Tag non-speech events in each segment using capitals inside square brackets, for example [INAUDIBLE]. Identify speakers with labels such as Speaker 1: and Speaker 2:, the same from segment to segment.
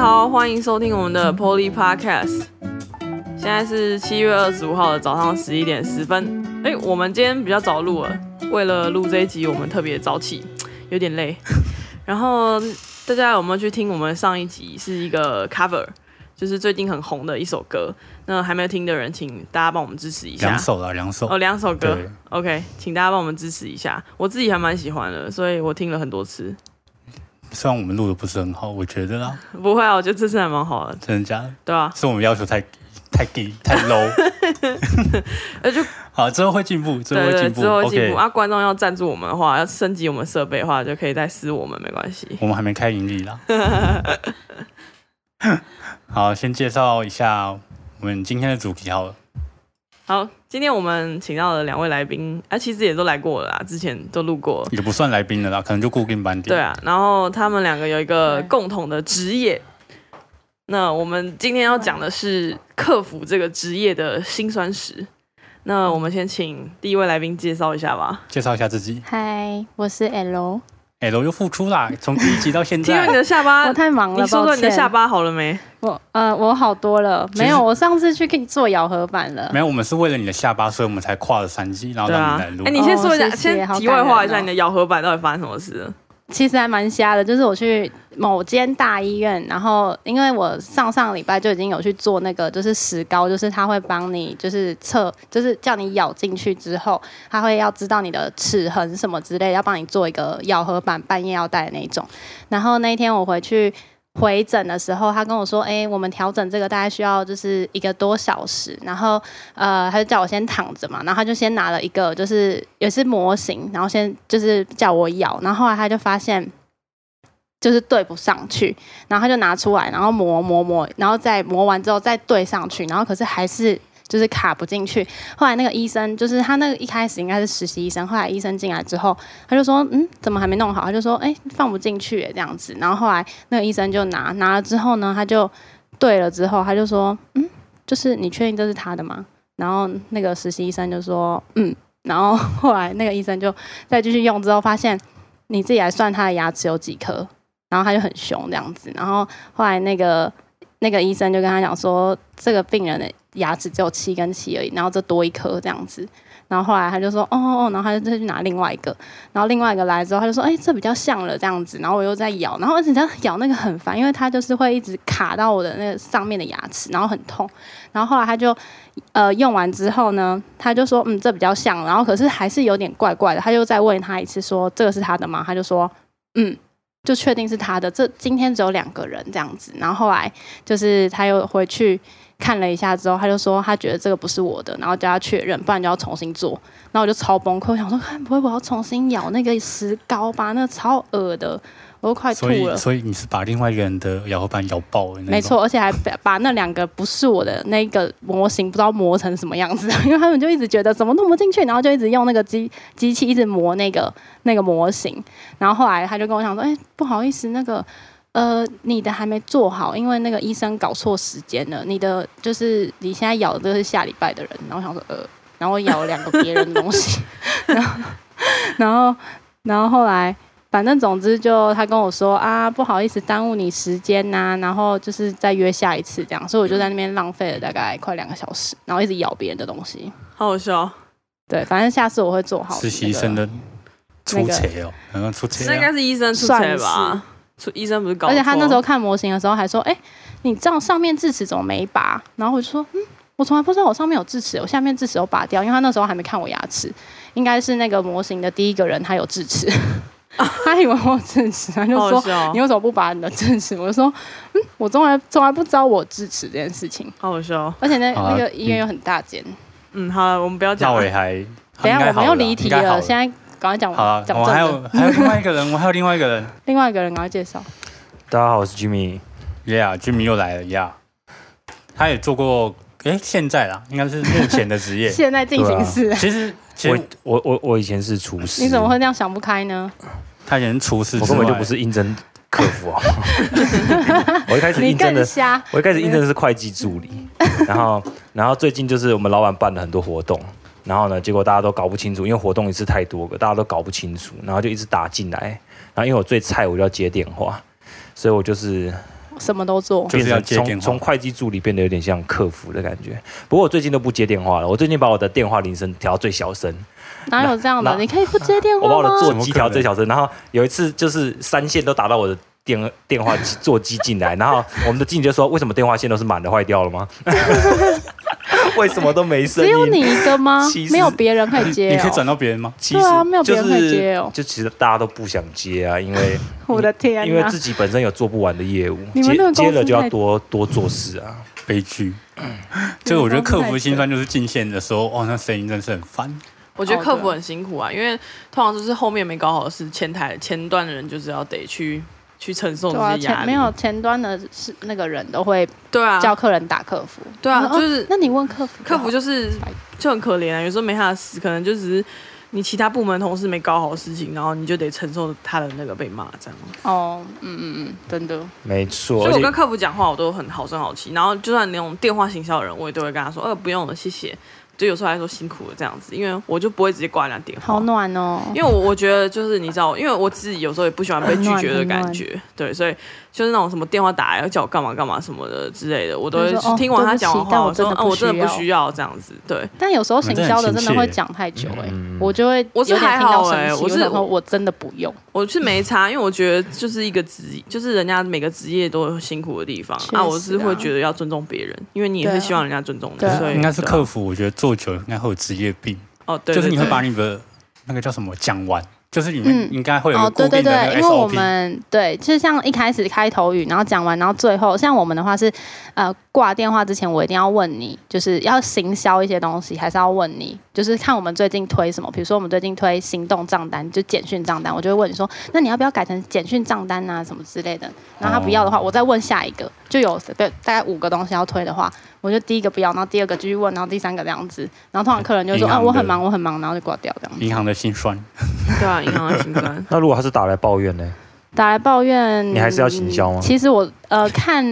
Speaker 1: 好，欢迎收听我们的 Poly Podcast。现在是七月二十五号的早上十一点十分。哎，我们今天比较早录了，为了录这一集，我们特别早起，有点累。 [LAUGHS] 然后大家有没有去听我们上一集是一个 cover，就是最近很红的一首歌？那还没有听的人，请大家帮我们支持一下
Speaker 2: 两。首啦，两首。
Speaker 1: 哦，两首歌
Speaker 2: 对
Speaker 1: ，OK，请大家帮我们支持一下。我自己还蛮喜欢的，所以我听了很多次。
Speaker 2: 虽然我们录的不是很好，我觉得啦，
Speaker 1: 不会啊，我觉得这次还蛮好的，
Speaker 2: 真的假的？
Speaker 1: 对啊，
Speaker 2: 是我们要求太太低太 low。
Speaker 1: [LAUGHS] 呃，就
Speaker 2: [LAUGHS] 好，之后会进步，之后
Speaker 1: 对
Speaker 2: 会
Speaker 1: 对，
Speaker 2: 进步。
Speaker 1: 之后会进步
Speaker 2: OK，
Speaker 1: 啊！观众要赞助我们的话，要升级我们设备的话，就可以再私我们，没关系。
Speaker 2: 我们还没开
Speaker 1: [LAUGHS]
Speaker 2: 盈利啦。好，先介绍一下我们今天的主题好了。
Speaker 1: 好，今天我们请到了两位来宾，啊，其实也都来过了啦，之前都录过了。
Speaker 2: 也不算来宾了啦，可能就固定班底。
Speaker 1: 对，啊，然后他们两个有一个共同的职业。那我们今天要讲的是客服这个职业的辛酸史。那我们先请第一位来宾介绍一下吧。
Speaker 2: 介绍一下自己。
Speaker 3: 嗨，我是 L，
Speaker 2: L 又复出啦，从第一集到
Speaker 1: [LAUGHS]
Speaker 2: 现
Speaker 1: 听说你
Speaker 2: 在，
Speaker 1: 的下巴
Speaker 3: 我，太忙了，
Speaker 1: 啊你说说
Speaker 3: 抱
Speaker 1: 你的
Speaker 3: 歉
Speaker 1: 下，巴好了没？
Speaker 3: 我呃我好多了，
Speaker 2: 其实
Speaker 3: 没有，我上次去给你做咬合板了
Speaker 2: 没，有，我们是为了你的下巴，所以我们才跨了三集，然后
Speaker 1: 对
Speaker 2: 让
Speaker 1: 啊
Speaker 2: 你来，录
Speaker 1: 哎，。你先说一下，
Speaker 3: 哦谢谢
Speaker 1: 先
Speaker 3: 好
Speaker 1: 题
Speaker 3: 感
Speaker 1: 外
Speaker 3: 人
Speaker 1: 话一下，
Speaker 3: 哦
Speaker 1: 你的咬合板到底发生什么事了？
Speaker 3: 其实还蛮瞎的，就是我去某间大医院，然后因为我上上礼拜就已经有去做那个，就是石膏，就是他会帮你就是测，就是叫你咬进去之后，他会要知道你的齿痕什么之类，要帮你做一个咬合板，半夜要戴的那种。然后那一天我回去。回诊的时候，他跟我说：“哎、我们调整这个大概需要就是一个多小时。”然后呃，他就叫我先躺着嘛，然后他就先拿了一个，就是也是模型，然后先就是叫我咬，然后后来他就发现就是对不上去，然后他就拿出来，然后磨磨磨，然后再磨完之后再对上去，然后可是还是。就是卡不进去，后来那个医生就是他那个一开始应该是实习医生，后来医生进来之后，他就说嗯怎么还没弄好？他就说哎、放不进去耶这样子，然后后来那个医生就拿拿了之后呢，他就对了之后他就说嗯就是你确定这是他的吗？然后那个实习医生就说，嗯，然后 [LAUGHS] 后来那个医生就再继续用之后，发现你自己来算他的牙齿有几颗，然后他就很凶这样子，然后后来那个那个医生就跟他讲说，这个病人的牙齿只有七根七而已，然后这多一颗这样子。然后后来他就说哦哦哦，然后他就再去拿另外一个，然后另外一个来之后，他就说哎这比较像了这样子，然后我又在咬，然后而且他咬那个很烦，因为他就是会一直卡到我的那个上面的牙齿，然后很痛。然后后来他就呃用完之后呢，他就说嗯这比较像，然后可是还是有点怪怪的，他又再问他一次说这个是他的吗？他就说嗯。就确定是他的，这今天只有两个人这样子。然后后来就是他又回去看了一下之后，他就说他觉得这个不是我的，然后叫他确认，不然就要重新做。然后我就超崩溃，我想说，看不会我要重新咬那个石膏吧？那个超恶的，我都快吐
Speaker 2: 所以
Speaker 3: 了。
Speaker 2: 所以你是把另外一个人的咬合板咬爆的那种。
Speaker 3: 没错，而且还把把那两个不是我的那个模型不知道磨成什么样子， [LAUGHS] 因为他们就一直觉得怎么弄不进去，然后就一直用那个机机器一直磨那个那个模型，然后后来他就跟我讲说，哎、不好意思，那个呃你的还没做好，因为那个医生搞错时间了，你的就是你现在咬的这是下礼拜的人，然后我想说呃，然后我咬了两个别人的东西， [LAUGHS] 然后然后然后后来。反正总之就他跟我说啊，不好意思耽误你时间呐、然后就是再约下一次这样，所以我
Speaker 2: 嗯
Speaker 3: 就在那边浪费了大概快两个小时，然后一直咬别人的东西。
Speaker 1: 好好笑哦。
Speaker 3: 对，反正下次我会做好、
Speaker 2: 实习生的出钱哦，然后出钱
Speaker 1: 那应
Speaker 2: 啊，
Speaker 1: 该是医生出
Speaker 3: 算
Speaker 1: 差
Speaker 3: 是
Speaker 1: 吧？出医生不是搞
Speaker 3: 那
Speaker 1: 错？
Speaker 3: 个。而且他那时候看模型的时候还说，哎、你这样上面智齿怎么没拔？然后我就说，嗯，我从来不知道我上面有智齿，我下面智齿有拔掉，因为他那时候还没看我牙齿，应该是那个模型的第一个人他有智齿， [LAUGHS] 他以为我有智齿，他就
Speaker 1: 好
Speaker 3: 说
Speaker 2: 哦
Speaker 1: 好笑
Speaker 3: 你，为什么不拔你的智齿？ [LAUGHS] 我就说，嗯，我从来从来不知道我有智齿这件事情，
Speaker 1: 好好笑。
Speaker 3: 而且那、
Speaker 2: 好啊
Speaker 3: 那个医院又很大间。
Speaker 1: 嗯，好了，我们不要
Speaker 2: 那
Speaker 1: 讲
Speaker 2: 我也
Speaker 1: 了。
Speaker 2: 还
Speaker 3: 等一
Speaker 2: 应
Speaker 3: 下
Speaker 2: 该
Speaker 3: 我
Speaker 2: 好
Speaker 3: 们
Speaker 2: 了啦
Speaker 3: 又离题
Speaker 2: 应该好
Speaker 3: 了，
Speaker 2: 了。
Speaker 3: 现在赶快讲
Speaker 2: 好了，
Speaker 3: 讲
Speaker 2: 我
Speaker 3: 正
Speaker 2: 还
Speaker 3: 的。
Speaker 2: 有还有另外一个人，我还 [LAUGHS] 有另外一个人
Speaker 3: 另外一个人赶快介绍，
Speaker 4: 大家好，我是 Jimmy。
Speaker 2: ，Yeah，Jimmy 又来了，Yeah，他也做过，诶，现在啦，应该是目前的职业。
Speaker 3: [LAUGHS] 现在进行式。
Speaker 2: 其实其
Speaker 4: 我
Speaker 2: 实
Speaker 4: 我我我以前是厨
Speaker 3: [LAUGHS]
Speaker 4: 师，
Speaker 3: 你怎么会？这样想不开呢？
Speaker 2: 他以前是厨师之外，
Speaker 4: 我根本就
Speaker 2: [LAUGHS]
Speaker 4: 不是应征客
Speaker 3: [LAUGHS]
Speaker 4: 服啊！我一开始
Speaker 3: 你
Speaker 4: 应征
Speaker 3: 更
Speaker 4: 的，
Speaker 3: 瞎，
Speaker 4: 我一开始应征的是会计助
Speaker 3: [LAUGHS]
Speaker 4: 理，然后然后最近就是我们老板办了很多活动，然后呢，结果大家都搞不清楚，因为活动一次太多个，大家都搞不清楚，然后就一直打进来，然后因为我最菜，我就要接电话，所以我就是
Speaker 3: 什么都做。
Speaker 2: 就是要接
Speaker 4: 变
Speaker 2: 电
Speaker 4: 成从
Speaker 2: 话
Speaker 4: 从会计助理变得有点像客服的感觉。不过我最近都不接电话了，我最近把我的电话铃声调到最小声，
Speaker 3: 哪有这样的？
Speaker 4: 那
Speaker 3: 你可以不接电
Speaker 4: 我把
Speaker 3: 话
Speaker 4: 我的
Speaker 3: 吗？
Speaker 4: 座机调最小声。然后有一次就是三线都打到我的电电话机座机进来，然后我们的经理就说：“为什么电话线都是满的，坏掉了吗？为什么都没声
Speaker 3: 只
Speaker 4: 音？”
Speaker 3: 有你一个吗
Speaker 4: 其？实
Speaker 3: 没有别人可以接
Speaker 2: 你可以
Speaker 3: 哦。
Speaker 2: 转到别人吗？
Speaker 4: 其实
Speaker 3: 对啊没有别
Speaker 4: 就
Speaker 3: 人
Speaker 4: 是
Speaker 3: 会接哦
Speaker 4: 就其实大家都不想接啊，因为
Speaker 3: 我的天
Speaker 4: 因为
Speaker 3: 哪！
Speaker 4: 自己本身有做不完的业务，
Speaker 3: 你们那
Speaker 4: 接
Speaker 3: 个公司
Speaker 4: 接了就要
Speaker 3: 太
Speaker 4: 多多做事啊。
Speaker 2: [LAUGHS] 悲
Speaker 3: [LAUGHS]
Speaker 2: 剧。这个我觉得客服心
Speaker 3: 酸。
Speaker 2: 酸就是进线的时候，哦，那声音真是很烦。
Speaker 1: 我觉得客服很辛苦啊，因为通常就是后面没搞好的事，前台前段的人就是要得去去承受
Speaker 3: 对
Speaker 1: 这
Speaker 3: 啊，
Speaker 1: 些压
Speaker 3: 前
Speaker 1: 力。
Speaker 3: 没有前端的是那个人都会
Speaker 1: 对啊，
Speaker 3: 叫客人打客服。
Speaker 1: 对啊
Speaker 3: 然后
Speaker 1: 就是
Speaker 3: 哦那你问客服好，
Speaker 1: 客服就是就很可怜啊，有时候没他的事，可能就只是你其他部门同事没搞好的事情，然后你就得承受他的那个被骂这样。
Speaker 3: 哦，嗯嗯嗯，真的。
Speaker 4: 没错，
Speaker 1: 所以
Speaker 4: 而
Speaker 1: 我
Speaker 4: 且。
Speaker 1: 跟客服讲话，我都很好声好气，然后就算那种电话行销的人，我也都会跟他说，呃，不用了，谢谢。就有时候还说辛苦了这样子，因为我就不会直接挂人家电话
Speaker 3: 好。暖哦。
Speaker 1: 因为我我觉得就是你知道，因为我自己有时候也不喜欢被拒绝的感觉，对，所以就是那种什么电话打来要叫我干嘛干嘛什么的之类的，我都会
Speaker 3: 就说哦
Speaker 1: 听完他讲完
Speaker 3: 对
Speaker 1: 话，我
Speaker 3: 不起
Speaker 1: 说啊
Speaker 3: 但
Speaker 1: 我
Speaker 3: 我
Speaker 1: 真
Speaker 3: 真
Speaker 1: 的
Speaker 3: 的
Speaker 1: 不
Speaker 3: 不
Speaker 1: 需
Speaker 3: 需
Speaker 1: 要这样子，对，
Speaker 3: 但有时候行销的真的会讲太久哎、我就会
Speaker 1: 我是
Speaker 3: 有点
Speaker 1: 还
Speaker 3: 听到
Speaker 1: 好欸
Speaker 3: 生气
Speaker 1: 我是
Speaker 3: 想说我真的不用，
Speaker 1: 我是没差，因为我觉得就是一个职，就是人家每个职业都有辛苦的地方
Speaker 3: 确实
Speaker 1: 啊
Speaker 3: 啊
Speaker 1: 我是会觉得要尊重别人，因为你也
Speaker 3: 对
Speaker 1: 是
Speaker 3: 啊
Speaker 1: 希望人家尊重你
Speaker 3: 对，啊
Speaker 1: 所以
Speaker 2: 应该是
Speaker 1: 对啊
Speaker 2: 客服，我觉得做久了应该会有职业病，
Speaker 1: 哦，对，
Speaker 2: 就是你会
Speaker 1: 对
Speaker 2: 把
Speaker 1: 对
Speaker 2: 你的那个叫什么讲完，就是你们
Speaker 3: 嗯
Speaker 2: 应该会有一个，
Speaker 3: 哦对
Speaker 2: 固
Speaker 3: 对
Speaker 2: 定的那
Speaker 3: 对，因
Speaker 2: 个
Speaker 3: 为我
Speaker 2: SOP。
Speaker 3: 们对，就像一开始开头语，然后讲完，然后最后像我们的话是，呃，挂电话之前我一定要问你，就是要行销一些东西，还是要问你，就是看我们最近推什么，比如说我们最近推行动账单，就简讯账单，我就会问你说，那你要不要改成简讯账单啊什么之类的？然后他不要的话，我再问下一个，就有对大概五个东西要推的话，我就第一个不要，然后第二个继续问，然后第三个这样子，然后通常客人就会说
Speaker 2: 银行
Speaker 3: 啊
Speaker 2: 的
Speaker 3: 我很忙我很忙，然后就挂掉这样。
Speaker 2: 银行的心酸，
Speaker 1: 对啊，银行的心酸
Speaker 4: 那如果他是打来抱怨呢？
Speaker 3: 打来抱怨，
Speaker 4: 你还是要行销吗
Speaker 3: 其实我呃 [LAUGHS] 看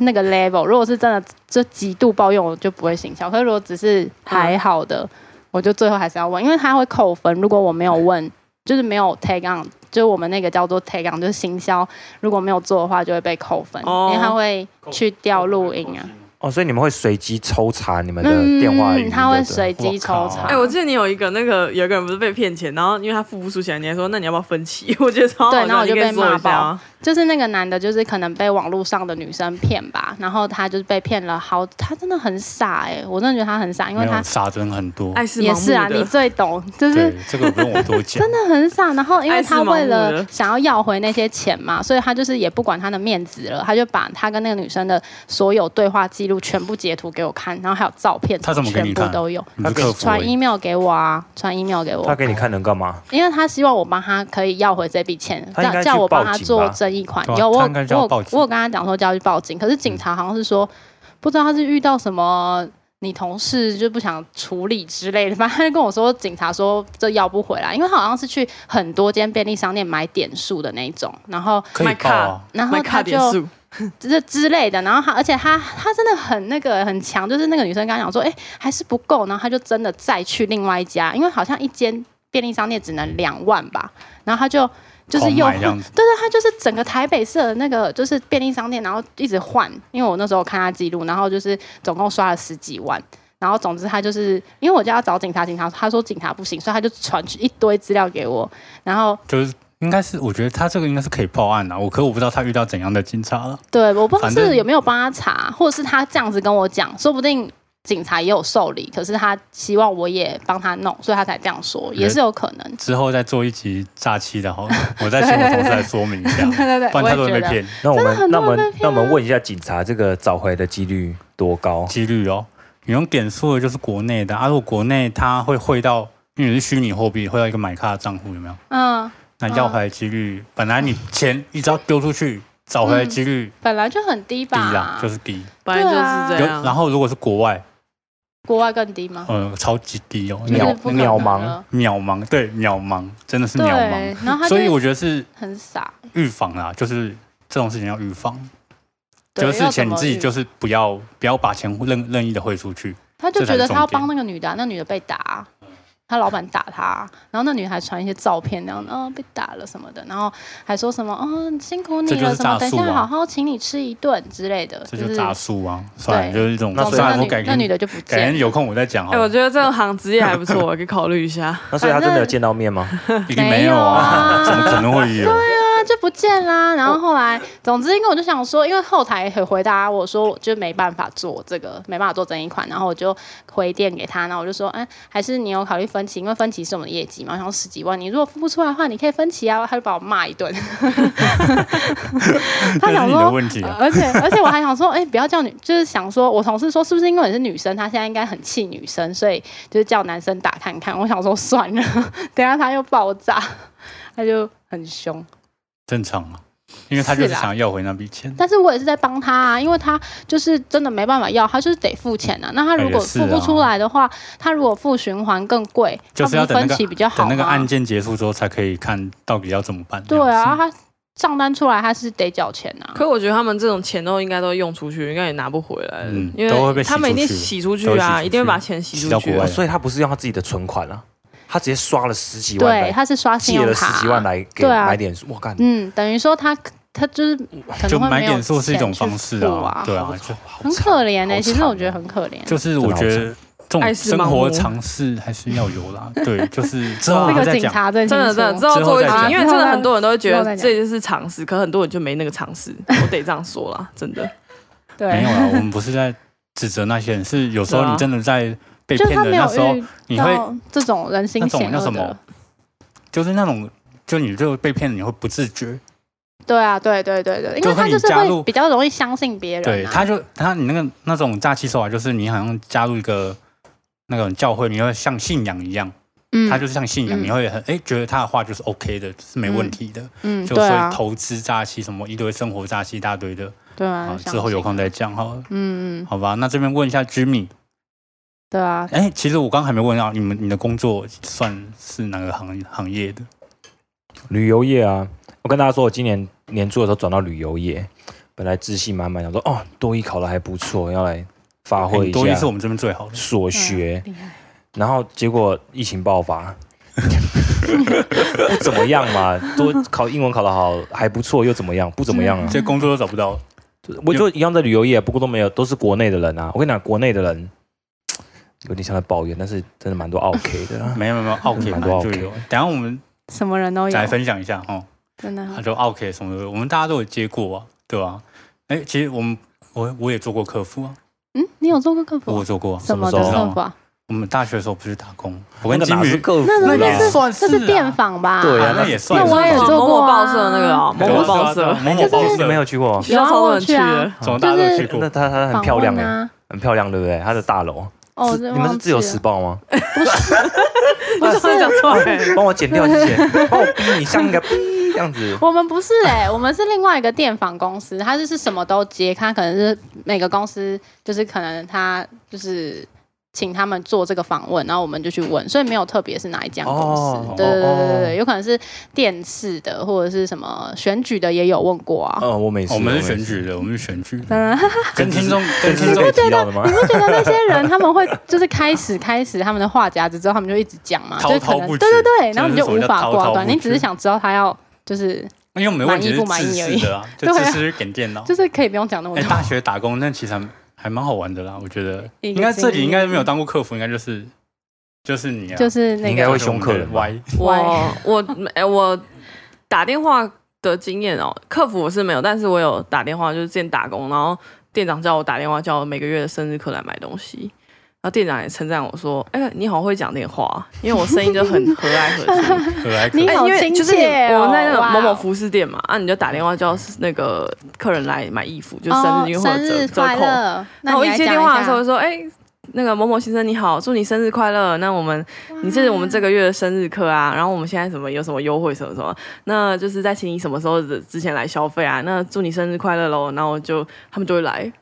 Speaker 3: 那个 level，如果是真的就极度抱怨，我就不会行销。可是如果只是还好的，
Speaker 4: 嗯
Speaker 3: 我就最后还是要问，因为他会扣分。如果我没有问，就是没有 take on，就是我们那个叫做 take on，就是行销，如果没有做的话就会被扣分，
Speaker 1: 哦
Speaker 3: 因为他会去调录音啊。
Speaker 4: 哦，所以你们会随机抽查你们的
Speaker 3: 嗯，
Speaker 4: 电话语音，
Speaker 3: 他会
Speaker 4: 对不对
Speaker 3: 随机抽
Speaker 2: 我
Speaker 3: 查。
Speaker 1: [LAUGHS]
Speaker 2: 靠
Speaker 1: 哎、我记得你有一个那个有一个人不是被骗钱，然后因为他付不出钱，你还说那你要不要分期？我觉得超好笑，
Speaker 3: 对然后我就
Speaker 1: 你可以
Speaker 3: 被
Speaker 1: 说一
Speaker 3: 骂
Speaker 1: 下啊
Speaker 3: 就是那个男的，就是可能被网络上的女生骗吧，然后他就是被骗了好，他真的很傻哎、我真的觉得他很傻，因
Speaker 2: 没
Speaker 3: 为他
Speaker 2: 有傻的人很多。
Speaker 1: 爱哎是
Speaker 3: 也
Speaker 1: 盲目
Speaker 3: 是啊，
Speaker 1: 的
Speaker 3: 你最懂，就是
Speaker 2: 对，这个不用我多讲。真的，
Speaker 3: 很傻。然后因为他为
Speaker 1: 爱是盲目
Speaker 3: 了
Speaker 1: 的
Speaker 3: 想要要回那些钱嘛，所以他就是也不管他的面子了，他就把他跟那个女生的所有对话记录全部截图给我看，然后还有照片，
Speaker 2: 他怎么给你
Speaker 3: 全
Speaker 2: 看
Speaker 3: 部都有。
Speaker 2: 你是客服而
Speaker 3: 传
Speaker 2: 已，
Speaker 3: email 给我啊，传 email 给
Speaker 4: 他
Speaker 3: 我，
Speaker 4: 给你看能干嘛？
Speaker 3: 因为他希望我帮他可以要回这笔钱，
Speaker 4: 他应
Speaker 3: 叫
Speaker 4: 该
Speaker 3: 叫
Speaker 4: 去
Speaker 3: 我帮
Speaker 4: 报
Speaker 3: 他
Speaker 4: 警
Speaker 3: 做
Speaker 4: 吧
Speaker 3: 争议款。
Speaker 2: 对啊
Speaker 3: 有我
Speaker 2: 他
Speaker 3: 我
Speaker 2: 应该叫他
Speaker 3: 有
Speaker 2: 报警
Speaker 3: 我有跟他讲说就要去报警，可是警察好像是说
Speaker 4: 嗯
Speaker 3: 不知道他是遇到什么你同事就不想处理之类的，反正他就跟我说，警察说这要不回来，因为他好像是去很多间便利商店买点数的那一种，然后
Speaker 2: 可以
Speaker 1: My
Speaker 2: 报啊。
Speaker 3: 然后
Speaker 1: 买卡
Speaker 3: 他
Speaker 1: 点
Speaker 3: 就
Speaker 1: 数，
Speaker 3: 这之类的，然后他而且他他真的很那个很强，就是那个女生刚讲说，哎、还是不够，然后他就真的再去另外一家，因为好像一间便利商店只能两万吧，然后他就就是
Speaker 2: 狂
Speaker 3: 又
Speaker 2: 买
Speaker 3: 换
Speaker 2: 这样子
Speaker 3: 对对， [LAUGHS] 他就是整个台北市的那个就是便利商店，然后一直换，因为我那时候看他记录，然后就是总共刷了十几万。然后总之他就是，因为我就要找警察，警察他说警察不行，所以他就传一堆资料给我，然后
Speaker 2: 就是应该是，我觉得他这个应该是可以报案啊的、我可我不知道他遇到怎样的警察了。
Speaker 3: 对，我不知道
Speaker 2: 反正
Speaker 3: 是有没有帮他查，或者是他这样子跟我讲，说不定警察也有受理，可是他希望我也帮他弄，所以他才这样说，也是有可能。
Speaker 2: 之后再做一集诈欺的，好了，
Speaker 3: [LAUGHS]
Speaker 2: 我再请我同事来说明一下，
Speaker 3: 对对对，
Speaker 2: [LAUGHS] 不然
Speaker 3: 我
Speaker 2: 太
Speaker 3: 也
Speaker 2: 多
Speaker 3: 觉
Speaker 2: 人被
Speaker 3: 得。
Speaker 2: 骗，
Speaker 4: 那我
Speaker 3: 真的
Speaker 4: 们
Speaker 3: 很
Speaker 4: 那
Speaker 3: 多
Speaker 4: 我们
Speaker 3: 人被
Speaker 4: 那
Speaker 3: 骗啊
Speaker 4: 我们问一下警察，这个找回的几率多高？
Speaker 2: 几率哦。你用点数的就是国内的，啊，如果国内它会汇到，因为你是虚拟货币，汇到一个买卡的账户，有没有？
Speaker 3: 嗯，
Speaker 2: 那要回来几率，本来你钱一直要丢出去，找回来几率
Speaker 3: 本来就很
Speaker 2: 低
Speaker 3: 低吧，
Speaker 2: 啦，就是低。
Speaker 1: 本来就是
Speaker 3: 啊
Speaker 1: 这
Speaker 2: 有
Speaker 1: 样。
Speaker 2: 然后如果是国外，
Speaker 3: 国外更低吗？
Speaker 2: 呃，超级低哦，
Speaker 3: 就
Speaker 4: 秒
Speaker 3: 是
Speaker 2: 渺
Speaker 3: 不可
Speaker 4: 秒
Speaker 3: 能
Speaker 4: 盲
Speaker 3: 了
Speaker 2: 渺茫，对，渺茫，真的是
Speaker 3: 对
Speaker 2: 渺茫。，
Speaker 3: 然后他就
Speaker 2: 所以我觉得是
Speaker 3: 很傻，
Speaker 2: 预防啦，就是这种事情要预防。
Speaker 3: 对
Speaker 2: 就是
Speaker 3: 要
Speaker 2: 钱
Speaker 3: 怎
Speaker 2: 你
Speaker 3: 么
Speaker 2: 自己
Speaker 3: 预
Speaker 2: 就是不要不要把钱任任意的汇出去，
Speaker 3: 他就觉得他要帮
Speaker 2: 这才是重点
Speaker 3: 那个女的啊，那女的被打啊、他老板打他，然后那女孩传一些照片，那样哦被打了什么的，然后还说什么哦辛苦你
Speaker 2: 这就是
Speaker 3: 了什么，
Speaker 2: 诈
Speaker 3: 等一
Speaker 2: 术啊
Speaker 3: 下好好请你吃一顿之类的，
Speaker 2: 这
Speaker 3: 就
Speaker 2: 就是诈术啊！算了，
Speaker 3: 嗯对
Speaker 2: 就是一种。
Speaker 3: 总之
Speaker 2: 算
Speaker 3: 那
Speaker 2: 了，我
Speaker 3: 女
Speaker 2: 改
Speaker 3: 那
Speaker 2: 天
Speaker 3: 女的就不
Speaker 2: 改
Speaker 3: 见
Speaker 2: 天
Speaker 3: 了，
Speaker 2: 有空我再讲哦好
Speaker 1: 哎、我
Speaker 2: 了。
Speaker 1: 觉得这行职业还不错， [LAUGHS] 我可以考虑一下。
Speaker 4: 那所以他真的有
Speaker 3: 反正
Speaker 4: 见到面吗？
Speaker 2: 一定没有啊， [LAUGHS] 怎么可能会
Speaker 3: [LAUGHS]
Speaker 2: 有？
Speaker 3: 那就不见啦。然后后来，总之，因为我就想说，因为后台也回答我说，我就没办法做这个，没办法做整一款，然后我就回电给他，然后我就说，哎、还是你有考虑分期，因为分期是我们的业绩嘛，然后十几万，你如果付不出来的话，你可以分期啊。他就把我骂 [LAUGHS] 一顿，他
Speaker 2: 这是
Speaker 3: 想
Speaker 2: 你的
Speaker 3: 说。
Speaker 2: 问题啊！
Speaker 3: 而且而且我还想说，哎、不要叫女，就是想说，我同事说是不是因为你是女生，她现在应该很气女生，所以就是叫男生打看看。我想说算了， [LAUGHS] 等一下他又爆炸，他就很凶。
Speaker 2: 正常啊，因为他就是
Speaker 3: 是啦
Speaker 2: 想要回那笔钱。
Speaker 3: 但是我也是在帮他啊，因为他就是真的没办法要，他就是得付钱啊。那他如果
Speaker 2: 哎也是
Speaker 3: 付
Speaker 2: 啊
Speaker 3: 不出来的话，他如果付循环更贵，
Speaker 2: 就是要
Speaker 3: 他
Speaker 2: 等
Speaker 3: 不
Speaker 2: 那
Speaker 3: 是分
Speaker 2: 个
Speaker 3: 期比较好
Speaker 2: 等
Speaker 3: 啊
Speaker 2: 那个
Speaker 3: 吗
Speaker 2: 案件结束之后，才可以看到底要怎么办。
Speaker 3: 对
Speaker 2: 这样
Speaker 3: 啊，
Speaker 2: 子，
Speaker 3: 他账单出来他是得缴钱啊。
Speaker 1: 可我觉得他们这种钱都应该都用出去，应该也拿不回来了，
Speaker 2: 嗯
Speaker 1: 因
Speaker 2: 都会
Speaker 1: 为
Speaker 2: 被洗
Speaker 1: 他们一定
Speaker 2: 出去
Speaker 1: 洗出去
Speaker 2: 都会洗
Speaker 1: 啊，
Speaker 2: 出去
Speaker 1: 一定会把钱洗
Speaker 2: 洗
Speaker 1: 出
Speaker 2: 到
Speaker 1: 去
Speaker 2: 国
Speaker 1: 啊
Speaker 2: 外。
Speaker 4: 所以他不是用他自己的存款啊，他直接刷了十几万
Speaker 3: 对，
Speaker 4: 来，
Speaker 3: 他是刷信
Speaker 4: 借
Speaker 3: 用
Speaker 4: 了
Speaker 3: 卡、啊
Speaker 4: 十几万来给
Speaker 3: 对啊
Speaker 4: 买点数，我干，
Speaker 3: 嗯，等于说他他就是可
Speaker 2: 就
Speaker 3: 能会
Speaker 2: 买
Speaker 3: 没有
Speaker 2: 点数是一种
Speaker 3: 钱去
Speaker 2: 方式
Speaker 3: 付
Speaker 2: 啊
Speaker 3: 啊，
Speaker 2: 对啊，就
Speaker 3: 很可怜呢、
Speaker 4: 好惨啊
Speaker 3: 其实我觉得很可怜。
Speaker 2: 就是我觉得这
Speaker 1: 爱
Speaker 2: 种
Speaker 1: 是盲
Speaker 2: 生
Speaker 1: 目
Speaker 2: 活常识还是要有
Speaker 3: [LAUGHS]
Speaker 2: 啦。对，就是之后
Speaker 3: 那
Speaker 2: 还
Speaker 3: 个
Speaker 2: 在
Speaker 3: 警
Speaker 2: 讲。
Speaker 3: 察真
Speaker 1: 真的真的，之
Speaker 3: 的
Speaker 1: 后做一
Speaker 2: 之后
Speaker 1: 集，
Speaker 2: 再讲
Speaker 1: 因为真的很多人都会觉
Speaker 3: 之后再
Speaker 1: 得
Speaker 3: 讲
Speaker 1: 这就是常识，可很多人就没那个常识，我得这样说啦，真的。
Speaker 2: 没有
Speaker 3: 对，
Speaker 2: 啦，我们不是在指责那些人，是有时候
Speaker 1: 对啊
Speaker 2: 你真的在被
Speaker 3: 就是
Speaker 2: 骗
Speaker 3: 他
Speaker 2: 的
Speaker 3: 没
Speaker 2: 那
Speaker 3: 有
Speaker 2: 时候，
Speaker 3: 遇
Speaker 2: 你会
Speaker 3: 到这种人心
Speaker 2: 那种
Speaker 3: 险
Speaker 2: 叫
Speaker 3: 恶
Speaker 2: 什
Speaker 3: 的
Speaker 2: 么。就是那种，就你就被骗，你会不自觉。
Speaker 3: 对啊，对对对对，因
Speaker 2: 就
Speaker 3: 为
Speaker 2: 是
Speaker 3: 他
Speaker 2: 你
Speaker 3: 就是
Speaker 2: 加
Speaker 3: 会
Speaker 2: 入
Speaker 3: 比较容易相信别人、啊。
Speaker 2: 对，他就他你那个那种诈欺手法，就是你好像加入一个那种教会，你会像信仰一样，
Speaker 3: 嗯
Speaker 2: 他就是像信仰，
Speaker 3: 嗯
Speaker 2: 你会很哎觉得他的话就是 OK 的，是没问题的。
Speaker 3: 嗯，
Speaker 2: 就
Speaker 3: 对
Speaker 2: 所
Speaker 3: 啊
Speaker 2: 以，投资诈欺什么一堆生活诈欺一大堆的，
Speaker 3: 对
Speaker 2: 啊
Speaker 3: 啊，，
Speaker 2: 之后有空再讲好了，
Speaker 3: 嗯嗯，
Speaker 2: 好吧？那这边问一下 Jimmy，
Speaker 3: 对啊，
Speaker 2: 哎、其实我刚还没问到你们，你的工作算是哪个行行业的？
Speaker 4: 旅游业啊，我跟大家说，我今年年初的时候转到旅游业，本来自信满满，想说哦，多一考的还不错，要来发
Speaker 2: 哎
Speaker 4: 挥一
Speaker 2: 多益是
Speaker 4: 下
Speaker 2: 我们这边最好的，
Speaker 4: 所学，
Speaker 3: 厉害，
Speaker 4: 然后结果疫情
Speaker 3: [LAUGHS]
Speaker 4: 爆发。 [LAUGHS] 不怎么样嘛，多考英文考得好还不错，又怎么样？不怎么样啊。
Speaker 2: 这工作都找不到。
Speaker 4: 我就一样在旅游业，不过都没有，都是国内的人啊。我跟你讲，国内的人有点像在抱怨，但是真的蛮多 OK 的啊啦。
Speaker 2: 没有没有
Speaker 4: [LAUGHS]
Speaker 2: 没有，OK
Speaker 4: 蛮
Speaker 2: 嘛
Speaker 4: 多
Speaker 2: 就
Speaker 4: OK
Speaker 2: 有。等一下我们
Speaker 3: 什么人都有嗯
Speaker 2: 再，来分享一下哈，
Speaker 3: 真的
Speaker 2: 他说 OK 什么的，我们大家都有接过啊，对吧、哎、其实我们我我也做过客服啊，
Speaker 3: 嗯，你有做过客服
Speaker 2: 我
Speaker 3: 啊？
Speaker 2: 做过啊。
Speaker 3: 什么
Speaker 4: 什
Speaker 3: 的
Speaker 4: 么时
Speaker 2: 候
Speaker 3: 客服啊？
Speaker 2: 我们大学的时候不是打工，我跟
Speaker 4: 那个
Speaker 2: 金
Speaker 4: 哪
Speaker 2: 鱼
Speaker 4: 是客服
Speaker 3: 那个
Speaker 4: 啦
Speaker 3: 那是
Speaker 2: 算是
Speaker 3: 这
Speaker 2: 啊
Speaker 3: 是电访吧？
Speaker 4: 对
Speaker 2: 啊，
Speaker 4: 啊
Speaker 2: 那也算。
Speaker 3: 那我也做
Speaker 1: 某
Speaker 3: 过
Speaker 1: 哦某
Speaker 3: 啊
Speaker 1: 报社那个啊，某某报社，
Speaker 2: 某某报
Speaker 4: 你
Speaker 2: 社
Speaker 4: 们 [LAUGHS] 有去过？
Speaker 1: 学校超多人去
Speaker 3: 有啊我去
Speaker 1: 的
Speaker 3: 啊，
Speaker 2: 怎么大家都有去过
Speaker 4: 那？它它很
Speaker 3: 访
Speaker 4: 漂亮
Speaker 3: 问
Speaker 4: 哎，
Speaker 2: 欸
Speaker 3: 啊。
Speaker 4: 很漂亮，对不对？它的大楼，
Speaker 3: 哦，
Speaker 4: 你们是自由时
Speaker 3: 报？
Speaker 4: 报吗？
Speaker 1: [LAUGHS]
Speaker 3: 啊
Speaker 1: 我突然讲出
Speaker 3: [LAUGHS]
Speaker 1: 来，
Speaker 4: 帮我剪掉，谢谢。帮我逼你像一个逼这样子。
Speaker 3: 我们不是哎、 [LAUGHS] 我们是另外一个电访公司，它就是什么都接，它可能是每个公司就是可能他就是请他们做这个访问，然后我们就去问，所以没有特别是哪一家公
Speaker 4: 哦
Speaker 3: 司。对对对对对
Speaker 4: 哦
Speaker 3: 对，有可能是电视的或者是什么选举的也有问过
Speaker 2: 哦
Speaker 3: 啊。
Speaker 4: 嗯，我每次
Speaker 2: 我们是
Speaker 4: 每
Speaker 2: 选
Speaker 4: 次
Speaker 2: 举的，我们是选举的，
Speaker 3: 嗯，
Speaker 2: 跟听众跟
Speaker 4: 这
Speaker 2: 听
Speaker 4: 是
Speaker 2: 众
Speaker 4: 可以提到的吗？
Speaker 3: 你不觉得那些人他们会就是开始开始他们的话匣子之后，他们就一直讲嘛，
Speaker 2: 滔
Speaker 3: 就可
Speaker 2: 滔
Speaker 3: 能
Speaker 2: 不
Speaker 3: 对
Speaker 2: 绝
Speaker 3: 对对，然后你
Speaker 2: 这
Speaker 3: 就
Speaker 2: 是所
Speaker 3: 无
Speaker 2: 谓的
Speaker 3: 法
Speaker 2: 滔
Speaker 3: 挂
Speaker 2: 滔
Speaker 3: 断，
Speaker 2: 不
Speaker 3: 你只
Speaker 2: 绝
Speaker 3: 是想知道他要就是
Speaker 2: 因为我们的问题
Speaker 3: 满意
Speaker 2: 是
Speaker 3: 不满意而
Speaker 2: 自
Speaker 3: 已
Speaker 2: 私
Speaker 3: [LAUGHS]
Speaker 2: 的啊，就
Speaker 3: 对啊
Speaker 2: 自私点电脑
Speaker 3: 就。是可以不用讲那么
Speaker 2: 哦哎，
Speaker 3: 多。
Speaker 2: 大学打工那其实还还蛮好玩的啦，我觉得。
Speaker 3: 一个
Speaker 2: 应该这里应该
Speaker 3: 经历
Speaker 2: 没有当过客服，应该就是就是你啊，
Speaker 3: 就是那
Speaker 4: 应
Speaker 3: 个
Speaker 4: 该会凶客人吧
Speaker 2: 歪。
Speaker 1: 我我哎、我打电话的经验哦，客服我是没有，但是我有打电话，就是之前打工，然后店长叫我打电话，叫我每个月的生日课来买东西。然后店长也称赞我说：“哎、你好会讲电话啊，因为我声音就很和蔼和气。
Speaker 2: 可爱可
Speaker 3: [LAUGHS] 你
Speaker 2: 爱
Speaker 1: 哎
Speaker 3: 好
Speaker 1: 因为
Speaker 3: 亲
Speaker 1: 就是你
Speaker 3: 切哦
Speaker 1: 我们在那种
Speaker 3: 哇
Speaker 1: 某
Speaker 3: 哦
Speaker 1: 某服饰店嘛，啊，你就打电话叫那个客人来买衣服，就生
Speaker 3: 哦
Speaker 1: 日因为会
Speaker 3: 生
Speaker 1: 有折
Speaker 3: 日
Speaker 1: 折
Speaker 3: 快
Speaker 1: 扣。
Speaker 3: 乐。
Speaker 1: 那
Speaker 3: 那
Speaker 1: 我
Speaker 3: 你
Speaker 1: 一
Speaker 3: 来
Speaker 1: 接
Speaker 3: 讲
Speaker 1: 电话的
Speaker 3: 下
Speaker 1: 时候就说，哎、那个某某先生你好，祝你生日快乐。那我们你是我们这个月的生日课啊，然后我们现在什么有什么优惠什么什么，那就是在请你什么时候的之前来消费啊。那祝你生日快乐喽，然后就他们就会来，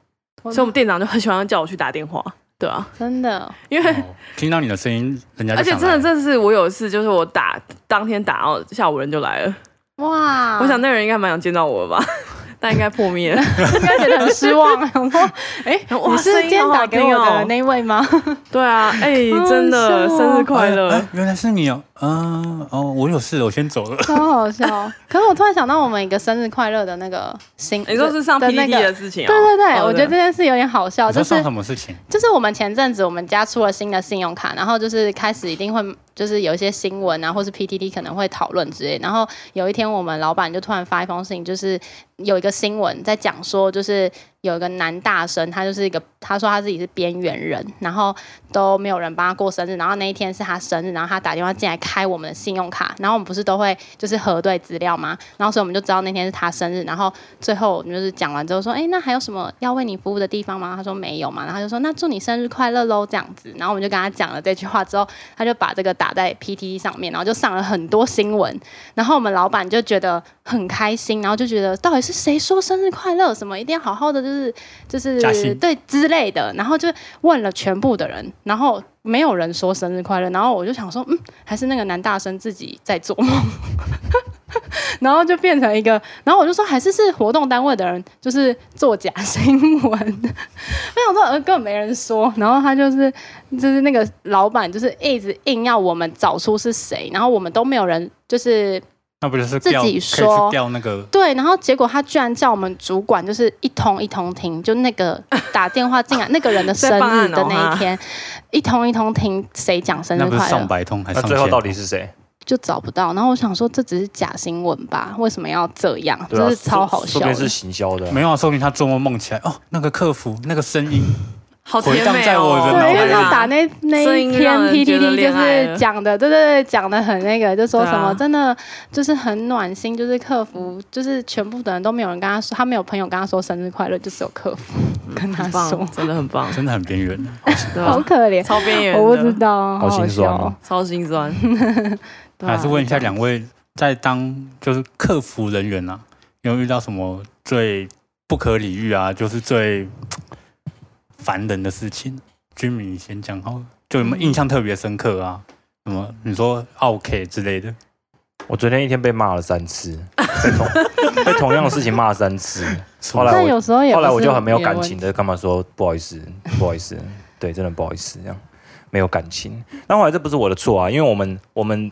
Speaker 3: 哦
Speaker 1: 所以我们店长就很喜欢叫我去打电话，对啊，
Speaker 3: 真的
Speaker 1: 因为。
Speaker 2: 哦听到你的声音，人家就
Speaker 1: 而且
Speaker 2: 想
Speaker 1: 真的，
Speaker 2: 来
Speaker 1: 这次我有一次，就是我打当天打，然后下午人就来了。
Speaker 3: 哇，
Speaker 1: 我想那人应该蛮想见到我吧， [LAUGHS] 但应该破灭了。
Speaker 3: 应该觉得很失 [LAUGHS] 望。
Speaker 1: [LAUGHS]
Speaker 3: 想说，哎、
Speaker 1: 哇
Speaker 3: 你是今天打给我
Speaker 1: 声音好好
Speaker 3: 的
Speaker 1: 听哦
Speaker 3: 那一位吗？
Speaker 1: 对啊，哎、真的、
Speaker 3: 好好笑哦
Speaker 1: 生日快乐！
Speaker 2: 哎哎原来是你哦，嗯、哦，我有事了，我先走了。
Speaker 3: 超好笑。可是我突然想到我们一个生日快乐的那个新，
Speaker 2: 哎
Speaker 1: 你说是上
Speaker 3: 的那
Speaker 1: PPT 的
Speaker 3: 个。
Speaker 1: 事情、哦
Speaker 3: 对对对，
Speaker 1: 哦
Speaker 3: 我觉得这件事有点好笑，
Speaker 2: 你说
Speaker 3: 就是
Speaker 2: 上什么事情？
Speaker 3: 就是我们前阵子我们家出了新的信用卡，然后就是开始一定会就是有一些新闻啊，或是 PTT 可能会讨论之类。然后有一天我们老板就突然发一封信，就是有一个新闻在讲说，就是有一个男大生，他就是一个他说他自己是边缘人，然后都没有人帮他过生日，然后那一天是他生日，然后他打电话进来开我们的信用卡，然后我们不是都会就是核对资料吗？然后所以我们就知道那天是他生日，然后最后我们就是讲完之后说，哎，那还有什么要为你服务的地方吗？他说没有嘛，然后他就说那祝你生日快乐喽这样子，然后我们就跟他讲了这句话之后，他就把这个打在 PTT 上面，然后就上了很多新闻，然后我们老板就觉得很开心，然后就觉得到底是谁说生日快乐什么，一定要好好的就是就是
Speaker 2: 加薪
Speaker 3: 对之类的，然后就问了全部的人，然后没有人说生日快乐，然后我就想说，嗯，还是那个男大生自己在做梦。 [LAUGHS] 然后就变成一个，然后我就说还是是活动单位的人就是作假新闻，我想说呃根本没人说，然后他就是就是那个老板就是一直硬要我们找出是谁，然后我们都没有人就是
Speaker 2: 那不就是
Speaker 3: 自
Speaker 2: 掉
Speaker 3: 己
Speaker 2: 可以
Speaker 3: 说
Speaker 2: 去掉那个？
Speaker 3: 对，然后结果他居然叫我们主管就是一通一通听，就那个打电话进来那个人的生
Speaker 1: 在办案
Speaker 3: 日
Speaker 1: 哦
Speaker 3: 的那一天，一通一通听谁讲生日
Speaker 2: 那不是
Speaker 3: 快
Speaker 2: 上
Speaker 3: 乐
Speaker 2: 百通还
Speaker 4: 那
Speaker 2: 上
Speaker 4: 最后
Speaker 2: 线？
Speaker 4: 到底是谁？
Speaker 3: 就找不到，然后我想说这只是假新闻吧，为什么要这样？
Speaker 4: 对啊，
Speaker 3: 这是超好笑
Speaker 4: 说不定
Speaker 3: 的。
Speaker 4: 是行销的啊。
Speaker 2: 没有啊，说明他做梦梦起来哦，那个客服那个声音，
Speaker 1: 好甜
Speaker 2: 回荡
Speaker 1: 美
Speaker 2: 在我
Speaker 1: 哦！
Speaker 2: 的脑
Speaker 3: 对，因为
Speaker 2: 海
Speaker 3: 他
Speaker 2: 里
Speaker 3: 打那那
Speaker 1: 声
Speaker 3: 一
Speaker 1: 音
Speaker 3: 篇
Speaker 1: 让人觉得
Speaker 3: PPT 就
Speaker 1: 恋爱
Speaker 3: 是
Speaker 1: 了
Speaker 3: 讲的，对对对，讲的很那个，就说
Speaker 1: 对啊嗯
Speaker 3: 什么、真的就是很暖心，就是客服，就是全部的人都没有人跟他说，他没有朋友跟他说生日快乐，就只有客服跟他
Speaker 1: 嗯很
Speaker 3: 说
Speaker 1: 棒，，真的很
Speaker 3: [LAUGHS]
Speaker 1: 棒，
Speaker 2: 真的很边缘。啊
Speaker 1: 对吧
Speaker 3: 好可怜，
Speaker 1: 超边缘的，
Speaker 3: 我不知道，好
Speaker 4: 好心酸
Speaker 3: 笑
Speaker 4: 哦
Speaker 1: 超心
Speaker 3: [LAUGHS]
Speaker 1: 酸。对啊
Speaker 2: 还是问一下两位，在当就是客服人员啊，有没有遇到什么最不可理喻啊，就是最烦人的事情？居民你先讲好了，就有没有印象特别深刻啊？什么你说 OK 之类的，
Speaker 4: 我昨天一天被骂了三次，被同 [LAUGHS] 被同样的事情骂三次。后来
Speaker 3: 但
Speaker 4: 我
Speaker 3: 有时候也不
Speaker 4: 后
Speaker 3: 是
Speaker 4: 来我就很没有感
Speaker 3: 别
Speaker 4: 情
Speaker 3: 人问。
Speaker 4: 的，干嘛说不好意思，不好意思，对，真的不好意思，这样没有感情。但后来这不是我的错啊，因为我们我们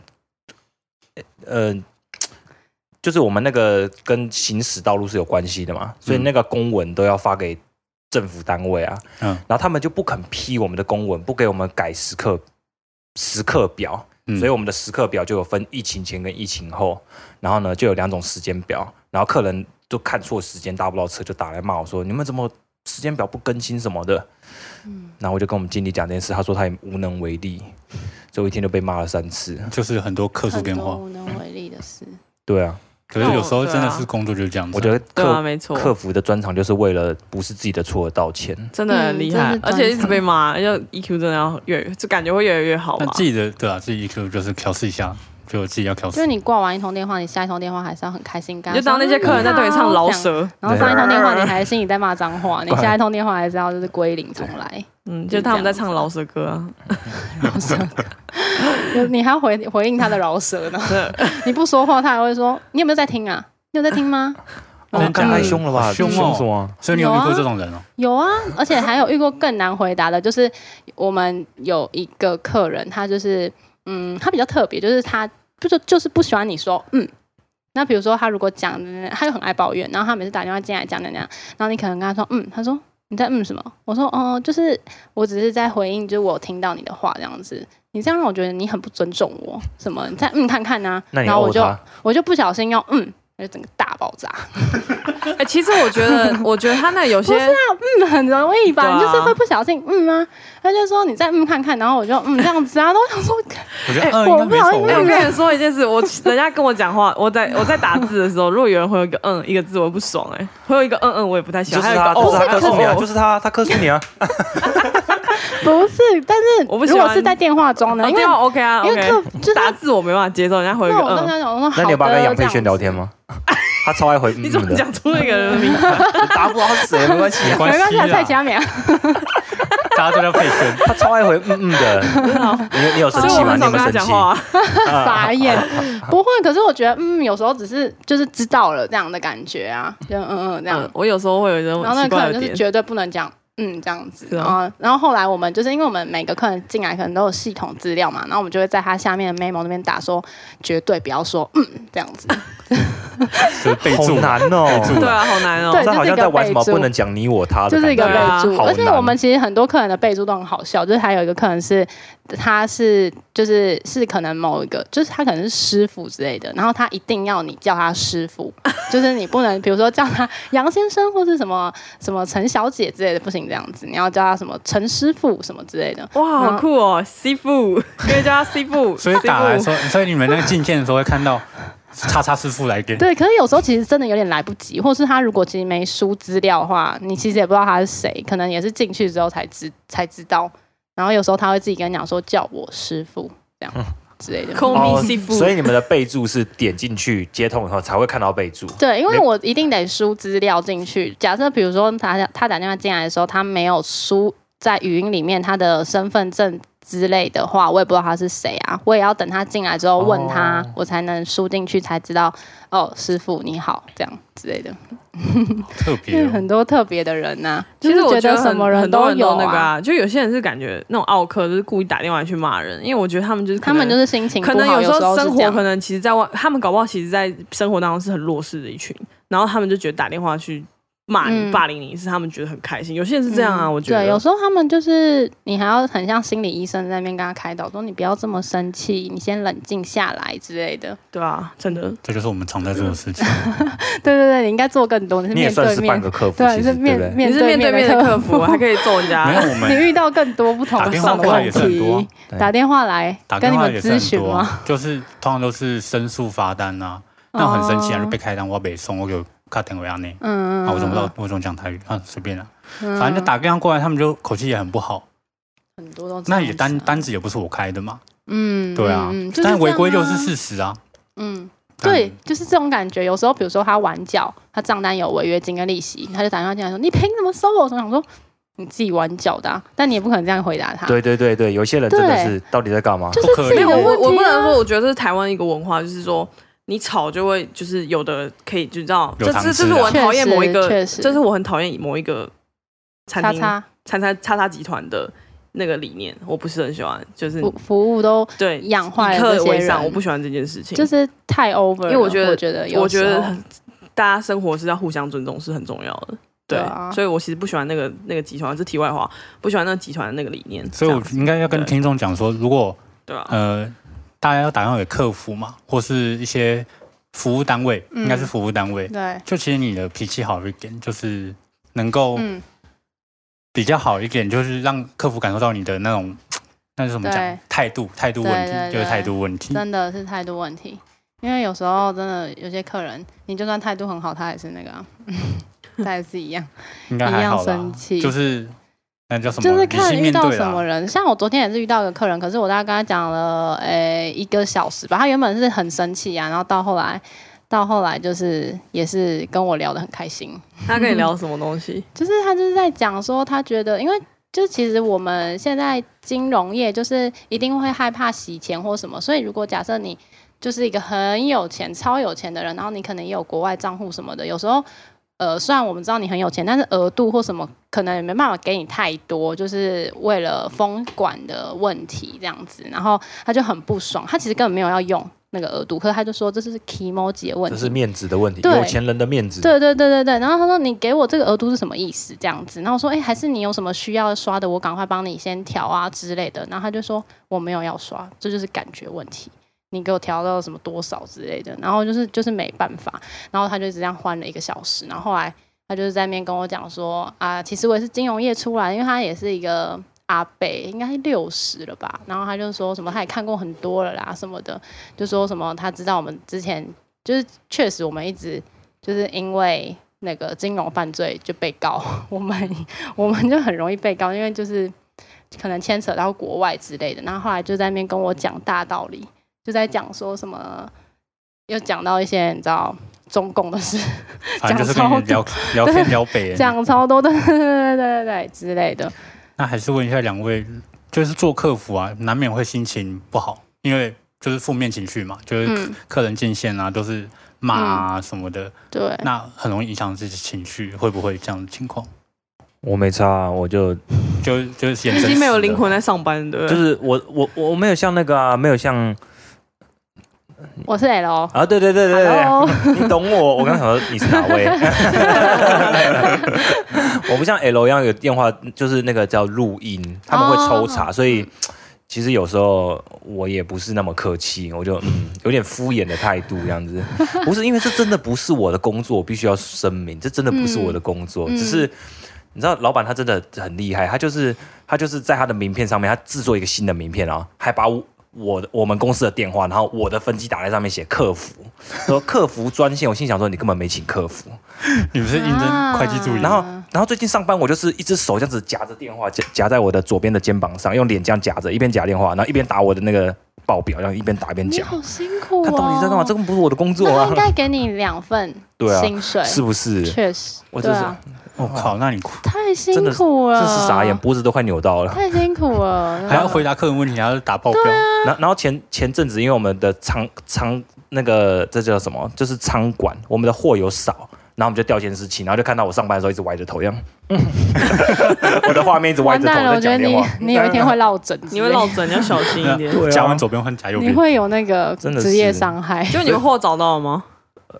Speaker 4: 呃，就是我们那个跟行驶道路是有关系的
Speaker 3: 嗯
Speaker 4: 嘛，所以那个公文都要发给政府单位啊，
Speaker 2: 嗯
Speaker 4: 然后他们就不肯批我们的公文，不给我们改时刻时刻表，
Speaker 2: 嗯
Speaker 4: 所以我们的时刻表就有分疫情前跟疫情后，然后呢就有两种时间表，然后客人就看错时间搭不到车，就打来骂我说你们怎么时间表不更新什么的，然后我就跟我们经理讲这件事，他说他也无能为力，所以我一天就被骂了三次，
Speaker 2: 就是很多客诉
Speaker 3: 很
Speaker 2: 电
Speaker 3: 多
Speaker 2: 话，
Speaker 3: 无能为力的事，
Speaker 4: 对啊，
Speaker 2: 可是有时候
Speaker 1: 对啊
Speaker 2: 真的是工作就是这样子啊。
Speaker 4: 我觉得
Speaker 1: 对啊，
Speaker 4: 客
Speaker 1: 没错，
Speaker 4: 客服的专长就是为了不是自己的错而道歉，
Speaker 1: 真的很厉害
Speaker 3: 嗯，
Speaker 1: 而
Speaker 3: 真是
Speaker 1: 且一直被骂，要 EQ 真的要越，就感觉会越来越好吧
Speaker 2: 那。自己的对啊，自己 EQ 就是调试一下，就自己要调
Speaker 3: 就
Speaker 2: 试
Speaker 3: 是。你挂完一通电话，你下一通电话还是要很开心跟
Speaker 1: 你
Speaker 3: 他
Speaker 1: 就
Speaker 3: 说。
Speaker 1: 当那些客人
Speaker 3: 啊
Speaker 1: 在对你唱
Speaker 3: 老
Speaker 1: 老舌，
Speaker 3: 然后上一通电话你还心里在骂脏话，
Speaker 4: [LAUGHS]
Speaker 3: 你下一通电话还是要就是归零重来。
Speaker 1: 嗯，就是他们在唱老舌歌啊。
Speaker 3: 饶舌，就 [LAUGHS] 你还要回回应他的饶舌呢。
Speaker 1: 对
Speaker 3: 你不说话，他还会说：“你有没有在听啊？你有在听吗
Speaker 2: 真的
Speaker 4: 哦
Speaker 2: 假
Speaker 4: 干
Speaker 2: 的
Speaker 4: 太凶了吧，
Speaker 2: 好凶哦
Speaker 4: 什么？啊
Speaker 2: 所以你有遇过这种人哦？”
Speaker 3: 有啊，而且还有遇过更难回答的，就是我们有一个客人，他就是嗯，他比较特别，就是他不就就是不喜欢你说嗯。那比如说，他如果讲，嗯他又很爱抱怨，然后他每次打电话进来讲讲讲，然后你可能跟他说，嗯，他说你在嗯什么？我说，哦、就是我只是在回应，就是我有听到你的话这样子。你这样让我觉得你很不尊重我，什么？你再嗯看看啊。
Speaker 4: 那你
Speaker 3: 然后
Speaker 4: 殴
Speaker 3: 我就
Speaker 4: 他，
Speaker 3: 我就不小心要嗯，我就整个大爆炸。
Speaker 1: 哎，其实我觉
Speaker 3: [LAUGHS]
Speaker 1: 得，我觉得他那有些
Speaker 3: 嗯，很容易吧？
Speaker 1: 对啊
Speaker 3: 你就是会不小心嗯啊，他就说你再嗯看看，然后我就嗯这样子啊，然 [LAUGHS] 后我想说，
Speaker 2: 我觉得嗯，
Speaker 3: 啊我
Speaker 2: 应该没
Speaker 3: 不好
Speaker 2: 错
Speaker 1: 哎、
Speaker 3: 意思
Speaker 1: 我跟你说一件事，我人家跟我讲话，我在我在打字的时候，如果有人回我一个嗯一个字，我不爽哎、回我一个嗯嗯，我也不太喜
Speaker 4: 就
Speaker 1: 欢。
Speaker 4: 是
Speaker 1: 还有一
Speaker 4: 他，
Speaker 1: 个
Speaker 4: 就是他
Speaker 1: 哦，
Speaker 4: 克诉你啊，
Speaker 1: 哦
Speaker 4: 就是他，他克诉你啊，
Speaker 3: 不是，但是
Speaker 1: 我不喜
Speaker 3: 如
Speaker 1: 欢
Speaker 3: 果是在电话中呢，
Speaker 1: 哦
Speaker 3: 因为
Speaker 1: 电话 OK 啊
Speaker 3: 因为
Speaker 1: ，OK，
Speaker 3: 客
Speaker 1: [LAUGHS]
Speaker 3: 就是
Speaker 1: 打字我没办法接受，人家回我一
Speaker 3: 那
Speaker 1: 个
Speaker 3: 我跟
Speaker 1: 嗯，
Speaker 3: 他讲，我说好
Speaker 4: 那
Speaker 3: 的，
Speaker 4: 你有办法跟杨
Speaker 3: 这
Speaker 4: 佩
Speaker 3: 样
Speaker 4: 轩聊天吗？他超爱回
Speaker 1: [LAUGHS]
Speaker 4: 嗯
Speaker 1: 你怎么
Speaker 4: 的，
Speaker 1: [LAUGHS] 讲出那个人的名字？
Speaker 4: 打不好谁没关系
Speaker 2: 没
Speaker 4: [LAUGHS] 啊。
Speaker 2: 关
Speaker 3: 没关系
Speaker 2: 系
Speaker 1: [LAUGHS]
Speaker 3: 啊，
Speaker 2: 啊，
Speaker 3: 蔡佳明啊，
Speaker 2: 大家都在配圈，
Speaker 4: 他超爱回嗯嗯的。你你有生
Speaker 1: 所以
Speaker 4: 气
Speaker 1: 我
Speaker 4: 吗？
Speaker 1: 很
Speaker 4: 你
Speaker 1: 少跟
Speaker 4: 有没
Speaker 1: 他
Speaker 4: 有生
Speaker 1: 讲
Speaker 4: 气？
Speaker 1: 话、啊。
Speaker 3: [LAUGHS] 傻眼，不会。可是我觉得，嗯，有时候只是就是知道了这样的感觉啊，就嗯嗯这样。
Speaker 1: 嗯我有时候会有这种
Speaker 3: 然后那
Speaker 1: 奇
Speaker 3: 个客
Speaker 1: 怪
Speaker 3: 人
Speaker 1: 的
Speaker 3: 就是
Speaker 1: 点，
Speaker 3: 绝对不能讲嗯这样子。
Speaker 1: 是
Speaker 3: 然
Speaker 1: 啊
Speaker 3: 后然后后来我们就是因为我们每个客人进来可能都有系统资料嘛，然后我们就会在他下面的 memo 那边打说绝对不要说嗯这样子。
Speaker 2: 就是备
Speaker 4: 好
Speaker 2: 注
Speaker 4: 难哦，
Speaker 2: 备
Speaker 1: 对啊，好难哦、
Speaker 3: 对
Speaker 4: 这
Speaker 3: 就是
Speaker 4: 好
Speaker 3: 一
Speaker 4: 像
Speaker 3: 个
Speaker 4: 在玩什么
Speaker 3: 备注
Speaker 4: 不能讲你我他的
Speaker 3: 就是一个
Speaker 4: 感
Speaker 3: 备
Speaker 4: 觉
Speaker 1: 对啊
Speaker 3: 注，
Speaker 4: 好
Speaker 3: 而且
Speaker 4: 难
Speaker 3: 我们其实很多客人的备注都很好笑，就是还有一个客人是，他是就是是可能某一个，就是他可能是师傅之类的，然后他一定要你叫他师傅， [LAUGHS] 就是你不能比如说叫他杨先生或是什么什么陈小姐之类的，不行这样子，你要叫他什么陈师傅什么之类的。
Speaker 1: 哇，好酷哦、师傅，可以叫他师傅。
Speaker 2: [LAUGHS] 所以打来
Speaker 1: 师傅
Speaker 2: 说，所以你们那个进件的时候会看到叉叉师傅来给，
Speaker 3: 对，可是有时候其实真的有点来不及，或是他如果其实没输资料的话，你其实也不知道他是谁，可能也是进去之后才知才知道。然后有时候他会自己跟你讲说叫我师傅这样之类的。
Speaker 4: [LAUGHS]
Speaker 1: ，call
Speaker 4: 哦
Speaker 1: me 师傅。
Speaker 4: 所以你们的备注是点进去接通以后才会看到备注。
Speaker 3: 对，因为
Speaker 4: 没
Speaker 3: 我一定得输资料进去。假设比如说他他打电话进来的时候，他没有输在语音里面他的身份证之类的话，我也不知道他是谁啊。我也要等他进来之后问他，
Speaker 4: 哦
Speaker 3: 我才能输进去，才知道哦，师傅你好这样之类的。
Speaker 2: 特
Speaker 3: 因
Speaker 2: 别
Speaker 3: 为
Speaker 2: 哦
Speaker 3: 很多特别的人呐、
Speaker 1: 其实
Speaker 3: 就是
Speaker 1: 我
Speaker 3: 觉
Speaker 1: 得
Speaker 3: 什么
Speaker 1: 很
Speaker 3: 人
Speaker 1: 很多人
Speaker 3: 有
Speaker 1: 那个
Speaker 3: 啊，
Speaker 1: 啊，就有些人是感觉那种奥客就是故意打电话去骂人，因为我觉得他们就是可
Speaker 3: 他
Speaker 1: 能
Speaker 3: 们就是心情不
Speaker 1: 可
Speaker 3: 好，
Speaker 1: 能
Speaker 3: 有
Speaker 1: 时候
Speaker 3: 是
Speaker 1: 生
Speaker 3: 这
Speaker 1: 活
Speaker 3: 样
Speaker 1: 可能其实在外，他们搞不好其实在生活当中是很弱势的一群，然后他们就觉得打电话去骂你、
Speaker 3: 嗯
Speaker 1: 霸凌你是他们觉得很开心，有些人是这样啊，
Speaker 3: 嗯
Speaker 1: 我觉得
Speaker 3: 对，有时候他们就是你还要很像心理医生在那边跟他开导，说你不要这么生气，你先冷静下来之类的。
Speaker 1: 对啊，真的
Speaker 2: 这就是我们常在做的事
Speaker 1: [LAUGHS]
Speaker 2: 情。
Speaker 3: 对对对，你应该做更多，你是
Speaker 4: 你也
Speaker 3: 面
Speaker 4: 算
Speaker 3: 对
Speaker 4: 是半
Speaker 3: 面，
Speaker 4: 个客服，
Speaker 3: 对，
Speaker 4: 其
Speaker 3: 你是
Speaker 4: 实对
Speaker 3: 面
Speaker 4: 不对？
Speaker 1: 你
Speaker 3: 面
Speaker 1: 是面对面的客
Speaker 3: [LAUGHS]
Speaker 1: 服，还
Speaker 3: 以。
Speaker 1: 可以揍人
Speaker 2: 没
Speaker 1: 家，
Speaker 2: 有我
Speaker 3: 你
Speaker 2: 们
Speaker 3: 遇到更多不同
Speaker 2: 打
Speaker 3: 的
Speaker 2: 电话过来也
Speaker 3: 问
Speaker 2: 是很多
Speaker 3: 题
Speaker 2: 啊，
Speaker 4: 对
Speaker 3: 打电话来
Speaker 2: 打
Speaker 3: 跟
Speaker 2: 电
Speaker 3: 你
Speaker 2: 话
Speaker 3: 们
Speaker 2: 也是
Speaker 3: 咨
Speaker 2: 很
Speaker 3: 询
Speaker 2: 多
Speaker 3: 吗？哦
Speaker 2: 啊，就是通常都是申诉罚单啊，那我很生气啊，就被开单，我北送，我有卡电话呢。
Speaker 3: 嗯，
Speaker 2: 啊，我怎么知道？我怎么讲台语？啊，随便啦，
Speaker 3: 嗯？
Speaker 2: 反正就打电话过来，他们就口气也很不好。
Speaker 3: 很多都这
Speaker 2: 那
Speaker 3: 样
Speaker 2: 也
Speaker 3: 子
Speaker 2: 单
Speaker 3: 啊
Speaker 2: 单子也不是我开的嘛，
Speaker 3: 嗯，
Speaker 2: 对啊
Speaker 3: 嗯嗯。就是
Speaker 2: 但违规
Speaker 3: 这
Speaker 2: 就
Speaker 3: 样啊
Speaker 2: 是事实啊。
Speaker 3: 嗯，
Speaker 2: 但
Speaker 3: 对，就是这种感觉。有时候，比如说他晚缴，他账单有违约金跟利息，他就打电话进来说：“你凭什么收我？”我想说你自己晚缴的、啊，但你也不可能这样回答他。
Speaker 4: 对对对对，有些人真的是到底在干嘛？
Speaker 3: 就
Speaker 2: 不
Speaker 3: 是
Speaker 2: 可
Speaker 3: 自己
Speaker 1: 没
Speaker 3: 的
Speaker 1: 有
Speaker 3: 问题、啊
Speaker 1: 我我不能说，我觉得这是台湾一个文化，就是说。你吵就会，就是有的可以就知道，
Speaker 2: 有
Speaker 1: 这
Speaker 2: 糖
Speaker 1: 这
Speaker 2: 吃
Speaker 1: 这是
Speaker 2: 啊
Speaker 1: 我很讨厌某一个，
Speaker 3: 确实确实
Speaker 1: 这是我很讨厌某一个餐
Speaker 3: 叉
Speaker 1: 厅
Speaker 3: 叉
Speaker 1: 餐餐叉叉集团的那个理念，我不是很喜欢，就是
Speaker 3: 服服务都
Speaker 1: 对以
Speaker 3: 养坏了
Speaker 1: 客
Speaker 3: 这些
Speaker 1: 为上，
Speaker 3: 人，
Speaker 1: 我不喜欢这件事情。
Speaker 3: 就是太 over 了。
Speaker 1: 因为我觉得
Speaker 3: 我觉得有时候，
Speaker 1: 我觉得很大家生活是要互相尊重是很重要的，对，
Speaker 3: 对啊
Speaker 1: 所以我其实不喜欢那个那个集团，这题外话，不喜欢那个集团的那个理念，
Speaker 2: 所以我
Speaker 1: 这样
Speaker 2: 应该要跟
Speaker 1: 对
Speaker 2: 听众讲说，如果
Speaker 1: 对啊吧、
Speaker 2: 呃，大家要打电话给客服嘛，或是一些服务单位，
Speaker 3: 嗯
Speaker 2: 应该是服务单位。
Speaker 3: 对，
Speaker 2: 就其实你的脾气好一点，就是能够
Speaker 3: 嗯，
Speaker 2: 比较好一点，就是让客服感受到你的那种，那是怎么讲
Speaker 3: 对？
Speaker 2: 态度，态度问题，
Speaker 3: 对对对
Speaker 2: 就是态度问题。
Speaker 3: 真的是态度问题。因为有时候真的有些客人，你就算态度很好，他也是那个、啊， [LAUGHS] 他也是一样。
Speaker 2: 应该还好
Speaker 3: 一样
Speaker 2: 啦
Speaker 3: 生，气
Speaker 2: 就是那叫什么？
Speaker 3: 就是
Speaker 2: 理
Speaker 3: 看
Speaker 2: 性
Speaker 3: 遇
Speaker 2: 面
Speaker 3: 到
Speaker 2: 对啊
Speaker 3: 什么
Speaker 2: 啦。
Speaker 3: 人，像我昨天也是遇到一个客人，可是我大概跟他讲了诶、一个小时吧，他原本是很生气啊，然后到后来到后来就是也是跟我聊得很开心，
Speaker 1: 他跟你聊什么东西？
Speaker 3: 就是他就是在讲说他觉得，因为就其实我们现在金融业就是一定会害怕洗钱或什么，所以如果假设你就是一个很有钱、超有钱的人，然后你可能也有国外账户什么的，有时候。呃，虽然我们知道你很有钱，但是额度或什么可能也没办法给你太多，就是为了风管的问题这样子。然后他就很不爽，他其实根本没有要用那个额度，可是他就说这是 k m o j i 的问
Speaker 4: 这
Speaker 3: 题，
Speaker 4: 是面子的问题，
Speaker 3: 对
Speaker 4: 有钱人的面子。
Speaker 3: 对对对对对，然后他说你给我这个额度是什么意思？这样子，然后我说哎、还是你有什么需要刷的，我赶快帮你先调啊之类的。然后他就说我没有要刷，这就是感觉问题，你给我调到什么多少之类的。然后就是就是没办法，然后他就这样换了一个小时，然后后来他就是在那边跟我讲说啊，其实我也是金融业出来，因为他也是一个。阿北应该六十了吧，然后他就说什么他也看过很多了啦什么的，就说什么他知道我们之前就是确实我们一直就是因为那个金融犯罪就被告，我们我们就很容易被告，因为就是可能牵扯到国外之类的。然后后来就在那边跟我讲大道理，就在讲说什么，又讲到一些你知道中共的事，
Speaker 2: 反正就是跟你
Speaker 3: 讲
Speaker 2: [LAUGHS] 聊聊天聊北，
Speaker 3: [LAUGHS] 讲超多的，对对对对对之类的。
Speaker 2: 那还是问一下两位，就是做客服啊，难免会心情不好，因为就是负面情绪嘛，就是
Speaker 3: 嗯，
Speaker 2: 客人进线啊，都是骂
Speaker 1: 嗯
Speaker 2: 啊什么的，
Speaker 3: 对，
Speaker 2: 那很容易影响自己情绪，会不会这样的情况？
Speaker 4: 我没差啊，我就
Speaker 2: 就
Speaker 1: [LAUGHS]
Speaker 2: 就是眼
Speaker 1: 已
Speaker 2: 神
Speaker 1: 经没有
Speaker 2: 死
Speaker 1: 灵
Speaker 2: 了
Speaker 1: 魂在上班，对不对？
Speaker 4: 就是我我我没有像那个啊，没有像
Speaker 3: 我是 L，
Speaker 4: 啊，对对对对对
Speaker 3: Hello
Speaker 4: 你懂我。我刚想说你是哪位？我不像 L 一样有电话，就是那个叫录音，他们会抽查，所以其实有时候我也不是那么客气，我就嗯有点敷衍的态度这样子。不是因为这真的不是我的工作，我必须要声明，这真的不是我的工作，
Speaker 3: 嗯
Speaker 4: 只是。你知道老板他真的很厉害，他就是他就是在他的名片上面，他制作一个新的名片啊，还把我我的我们公司的电话，然后我的分机打在上面写客服，说客服专线，我心想说你根本没请客服。
Speaker 2: 你不是应
Speaker 1: 啊
Speaker 2: 征会计
Speaker 3: 嗯
Speaker 2: 助理
Speaker 4: 然
Speaker 2: 吗？
Speaker 4: 后然后最近上班，我就是一只手这样子夹着电话，夹夹在我的左边的肩膀上，用脸这样夹着，一边夹电话，然后一边打我的那个报表，然后一边打一边
Speaker 3: 你
Speaker 4: 讲。
Speaker 3: 好辛苦
Speaker 4: 看到底
Speaker 3: 哦。
Speaker 4: 在干嘛？这个不是我的工作
Speaker 3: 那他
Speaker 4: 啊
Speaker 3: 应，该给你两份
Speaker 4: 对啊
Speaker 3: 薪水，
Speaker 4: 是不是？
Speaker 3: 确实，
Speaker 4: 我
Speaker 3: 对
Speaker 4: 就是
Speaker 3: 啊，
Speaker 2: 我、靠，那你
Speaker 3: 太辛
Speaker 4: 真的是
Speaker 3: 苦了，
Speaker 4: 这是傻眼，脖子都快扭到了。
Speaker 3: 太辛苦了，
Speaker 1: 啊
Speaker 2: 还要回答客人问题，还要打报表，
Speaker 4: 然后然后前前阵子，因为我们的仓仓那个这叫什么？就是仓管，我们的货有少，然后我们就调监视器，然后就看到我上班的时候一直歪着头一样， [LAUGHS] 嗯我的画面一直歪
Speaker 3: 完
Speaker 4: 着头
Speaker 3: 蛋了，我
Speaker 4: 在
Speaker 3: 觉得
Speaker 4: 讲
Speaker 3: 你
Speaker 4: 电话。
Speaker 3: 你有 [LAUGHS] 一天会落枕之类
Speaker 1: [LAUGHS]
Speaker 3: 的，
Speaker 1: 你会落枕，你要小心一点。
Speaker 4: [LAUGHS] 对啊
Speaker 2: 夹完左边换夹右
Speaker 3: 你
Speaker 2: 边，
Speaker 3: 会有那个
Speaker 4: 真的是
Speaker 3: 职业伤害。
Speaker 1: 就你们货找到了吗？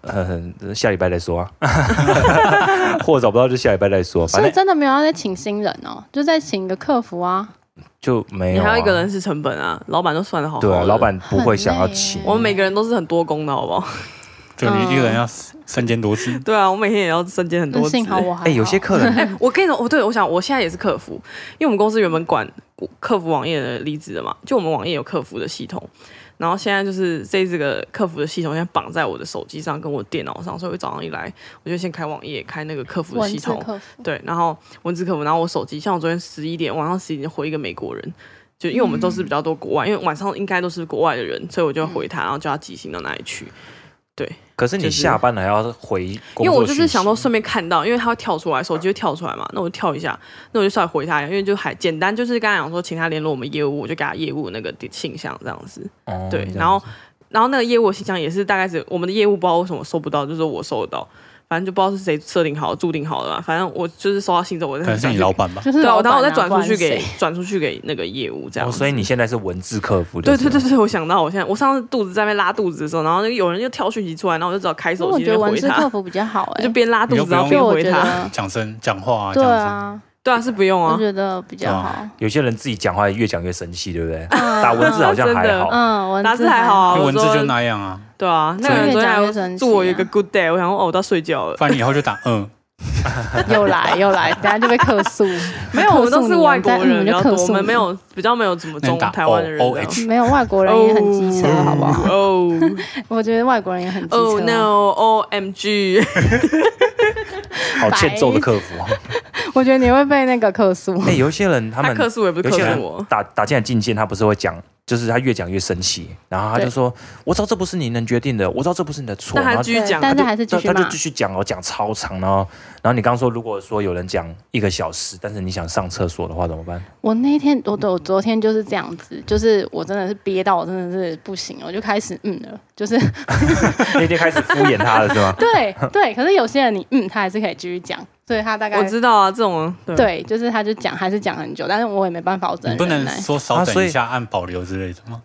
Speaker 4: 呃，下礼拜再说啊， [LAUGHS] 货找不到就下礼拜再说，反
Speaker 3: [LAUGHS] 所以
Speaker 4: 正
Speaker 3: 真的没有要再请新人哦，就再请一个客服啊。
Speaker 4: 就没
Speaker 1: 你
Speaker 4: 有、啊。
Speaker 1: 还有一个人是成本啊，老板都算的好好的。
Speaker 4: 对啊，老，板不会想要
Speaker 3: 很累
Speaker 4: 请
Speaker 1: 我们每个人都是很哦多工的，好不好？ [LAUGHS]
Speaker 2: 就你一个人
Speaker 1: 嗯
Speaker 2: 要身兼多职，
Speaker 1: 对啊，我每天也要身兼很
Speaker 3: 那
Speaker 1: 多职。
Speaker 3: 幸好我还
Speaker 4: 哎、有些
Speaker 3: 好
Speaker 4: 客人
Speaker 1: 我跟你说，我对我想，我现在也是客服，因为我们公司原本管客服网页的离职的嘛，就我们网页有客服的系统，然后现在就是这这个客服的系统现在绑在我的手机上跟我电脑上，所以我早上一来我就先开网页，开那个客服的
Speaker 3: 文
Speaker 1: 系
Speaker 3: 字
Speaker 1: 统，
Speaker 3: 客服，
Speaker 1: 对，然后文字客服，然后我手机，像我昨天十一点晚上十一点回一个美国人，就因为我们都
Speaker 4: 嗯
Speaker 1: 是比较多国外，因为晚上应该都是国外的人，所以我就回他，然后叫他寄信到哪里去。
Speaker 4: [LAUGHS] 可是你
Speaker 1: 就是
Speaker 4: 下班了还要回工作
Speaker 1: 因为我就是
Speaker 4: 讯息
Speaker 1: 想说顺便看到，因为他会跳出来，手机会跳出来嘛，那我就跳一下，那我就稍微回他一下，因为就还简单，就是刚才讲说请他联络我们业务，我就给他业务那个信箱这样子。
Speaker 4: 哦
Speaker 1: 对
Speaker 4: 这样，子
Speaker 1: 然后然后那个业务的信箱也是大概是我们的业务不知道为什么收不到，就是我收得到，反正就不知道是谁设定好、注定好的嘛，反正我就是收到信之后，我就
Speaker 2: 可能
Speaker 1: 很
Speaker 2: 是
Speaker 1: 想
Speaker 2: 你
Speaker 1: 去
Speaker 2: 老板吧？
Speaker 3: 就是
Speaker 1: 对啊，
Speaker 3: 老板
Speaker 1: 然
Speaker 3: 啊
Speaker 1: 后我再转出去
Speaker 3: 不然
Speaker 1: 给
Speaker 3: 谁
Speaker 1: 转出去给那个业务这样
Speaker 4: 哦
Speaker 1: 子。
Speaker 4: 所以你现在是文字客服就
Speaker 1: 对
Speaker 4: 是，
Speaker 1: 对对对，我想到我现在我上次肚子在那边拉肚子的时候，然后那个有人就跳讯息出来，然后我就只好开
Speaker 3: 那
Speaker 1: 手
Speaker 3: 我
Speaker 1: 机
Speaker 3: 觉
Speaker 1: 在那
Speaker 3: 得
Speaker 1: 边
Speaker 3: 文
Speaker 1: 回 [LAUGHS]
Speaker 3: 字
Speaker 1: 他，
Speaker 3: 客服比较好哎、
Speaker 1: 就边拉肚子然后
Speaker 2: 你
Speaker 1: 边
Speaker 3: 就我
Speaker 1: 回
Speaker 3: 觉
Speaker 1: 他。
Speaker 3: 得，
Speaker 2: 讲声讲话啊，这
Speaker 3: 对
Speaker 2: 样子。
Speaker 3: 啊，
Speaker 1: 对啊，是啊不用
Speaker 3: 我
Speaker 1: 啊，
Speaker 3: 觉得比较好。
Speaker 4: 有些人自己讲话越讲越生气，对不对？
Speaker 3: 嗯
Speaker 4: 打文字好像还好，
Speaker 3: 嗯，文
Speaker 1: 打字
Speaker 3: 字
Speaker 1: 还好啊
Speaker 2: 因为
Speaker 1: 我
Speaker 2: 文字
Speaker 1: 说
Speaker 2: 就那样啊，
Speaker 1: 对啊，那个人昨天
Speaker 3: 越讲越
Speaker 1: 还
Speaker 3: 生气啊
Speaker 1: 祝我有一个 good day，我想说哦，我到睡觉了。
Speaker 2: 不然你以后就打
Speaker 1: [LAUGHS]
Speaker 2: 嗯，
Speaker 3: 又来又来，等下就被客诉。
Speaker 1: 没有，我们都是外国人比
Speaker 3: 就
Speaker 1: 较多，
Speaker 3: 客
Speaker 1: 我
Speaker 3: 诉
Speaker 1: 们没有比较没有怎么
Speaker 2: 那
Speaker 1: 中
Speaker 2: 你打
Speaker 1: 台湾的
Speaker 2: O
Speaker 1: 人
Speaker 2: O
Speaker 1: 这样。
Speaker 2: H，
Speaker 3: 没有外国人也很机车，好不好？
Speaker 1: [LAUGHS] 哦
Speaker 3: [LAUGHS] 我觉得外国人也很机车。啊
Speaker 1: 哦 no，O M G，
Speaker 4: 好欠揍的客服。
Speaker 3: 我觉得你会被那个客诉。
Speaker 4: [LAUGHS] 哎，有一些人他
Speaker 1: 他
Speaker 4: 们
Speaker 1: 克诉我也不是
Speaker 4: 有
Speaker 1: 克
Speaker 4: 些
Speaker 1: 诉
Speaker 4: 人
Speaker 1: 我，
Speaker 4: 打打进来进线，他不是会讲，就是他越讲越生气，然后他就
Speaker 3: 对
Speaker 4: 说：“我知道这不是你能决定的，我知道这不是你的错。”
Speaker 1: 但
Speaker 4: 然
Speaker 1: 他
Speaker 4: 后
Speaker 1: 继续
Speaker 3: 对
Speaker 1: 讲，
Speaker 3: 但是还是继
Speaker 4: 他
Speaker 3: 续
Speaker 4: 他
Speaker 3: 骂
Speaker 4: 就。继续讲哦，讲超长，然后然后你刚刚说，如果说有人讲一个小时，但是你想上厕所的话怎么办？
Speaker 3: 我那天，我我昨天就是这样子，就是我真的是憋到我真的是不行，我就开始嗯了，就是？
Speaker 4: [LAUGHS] 那天开始敷衍他了是吗
Speaker 3: 对对。可是有些人你嗯，他还是可以继续讲，所以他大概
Speaker 1: 我知道啊，这种对
Speaker 3: 对，就是他就讲还是讲很久，但是我也没办法，我只
Speaker 2: 你
Speaker 3: 能
Speaker 2: 不能
Speaker 3: 忍耐。
Speaker 2: 说少
Speaker 4: 啊所
Speaker 2: 等
Speaker 4: 以
Speaker 2: 一下按保留之类的吗？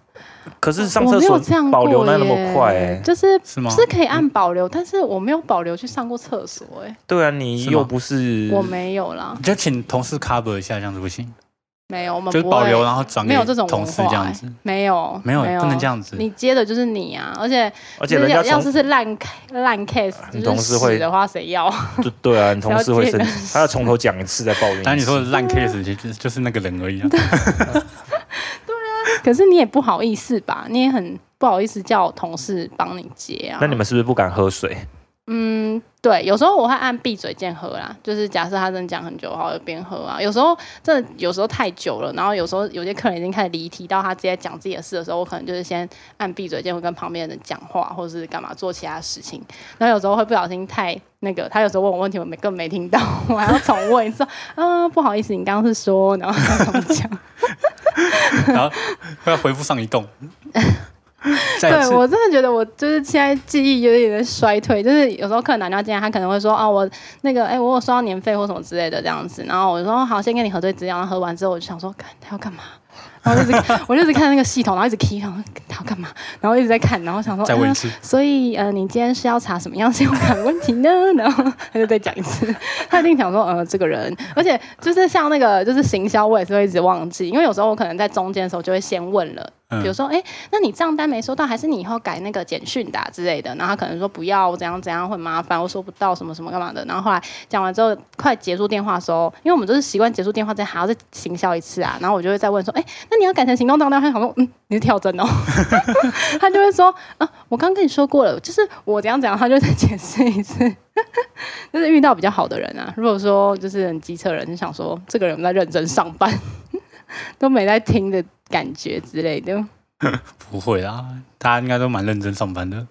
Speaker 4: 可是上
Speaker 3: 我
Speaker 4: 厕
Speaker 3: 没有
Speaker 4: 所
Speaker 3: 这样
Speaker 4: 保
Speaker 3: 过
Speaker 4: 留那那么
Speaker 3: 耶
Speaker 4: 快、欸，
Speaker 3: 就是
Speaker 2: 是吗？
Speaker 3: 是可以按保留，但是我没有保留去上过厕所、哎，
Speaker 4: 对啊，你
Speaker 2: 是吗
Speaker 4: 又不是
Speaker 3: 我没有啦
Speaker 2: 你，就请同事 cover 一下，这样子不行，
Speaker 3: 没有，我们
Speaker 2: 就是
Speaker 3: 不
Speaker 2: 保留，
Speaker 3: 会，
Speaker 2: 然后转
Speaker 3: 没
Speaker 2: 给
Speaker 3: 有这种文
Speaker 2: 同事
Speaker 3: 化、
Speaker 2: 这样
Speaker 3: 哎
Speaker 2: 子。
Speaker 3: 没有，
Speaker 2: 没有，
Speaker 3: 没有，
Speaker 2: 不能这。样子。
Speaker 3: 你接的就是你啊，而且
Speaker 4: 而且
Speaker 3: 就是
Speaker 4: 人家
Speaker 3: 要
Speaker 4: 从啊
Speaker 3: 是是烂 ca- 烂 case，
Speaker 4: 你
Speaker 3: 就
Speaker 4: 同
Speaker 3: 是
Speaker 4: 事会
Speaker 3: 屎的话，谁要？ [LAUGHS]
Speaker 4: [LAUGHS] 对对啊，你同事会生
Speaker 3: 了解
Speaker 4: 气，他要从头讲一次再抱怨一次。
Speaker 2: 但你说的烂 case 其实就是那个人而已啊。
Speaker 3: 可是你也不好意思吧？你也很不好意思叫同事帮你接啊。
Speaker 4: 那你们是不是不敢喝水？
Speaker 3: 嗯，对，有时候我会按闭嘴键喝啦，就是假设他真的讲很久的话，我就边喝啊。有时候真的有时候太久了，然后有时候有些客人已经开始离题到他直接讲自己的事的时候，我可能就是先按闭嘴键，会跟旁边的人讲话，或者是干嘛做其他事情。然后有时候会不小心太那个，他有时候问我问题，我没更没听到， [LAUGHS] 我还要重问一次。啊，不好意思，你刚刚是说，然后他怎么讲？
Speaker 2: 然后要回复上一
Speaker 3: [LAUGHS]
Speaker 2: 栋，再一
Speaker 3: 对
Speaker 2: 次
Speaker 3: 我真的觉得我就是现在记忆有点在衰退，就是有时候客人打电话进来，他可能会说哦，我那个哎、我有收到年费或什么之类的这样子，然后我就说哦好，先跟你核对资料，然后核完之后我就想说，看他要干嘛，然后我就一直 [LAUGHS] 我就一直看那个系统，然后一直 key，然后 [LAUGHS] 他要干嘛，然后一直在看，然后想说，
Speaker 2: 再问一
Speaker 3: 嗯
Speaker 2: 次，
Speaker 3: 所以呃，你今天是要查什么样信用卡的问题呢？然后他就再讲一次， [LAUGHS] 他一定想说，呃，这个人，而且就是像那个就是行销，我也是会一直忘记，因为有时候我可能在中间的时候就会先问了，
Speaker 2: 嗯
Speaker 3: 比如说，哎、那你账单没收到，还是你以后改那个简讯打、之类的？然后他可能说不要，我怎样怎样会麻烦，我收不到什么什么干嘛的。然后后来讲完之后，快结束电话的时候，因为我们就是习惯结束电话之前还要再行销一次啊，然后我就会再问说，哎、那你要改成行动账单？他想说，嗯，你是跳针哦。 [LAUGHS] 他就会说，啊，我刚跟你说过了，就是我怎样怎样，他就再解释一次。 [LAUGHS] 就是遇到比较好的人啊，如果说就是很机车的人，就想说这个人有没有在认真上班， [LAUGHS] 都没在听的感觉之类的。
Speaker 2: 不会啦，大家应该都蛮认真上班的，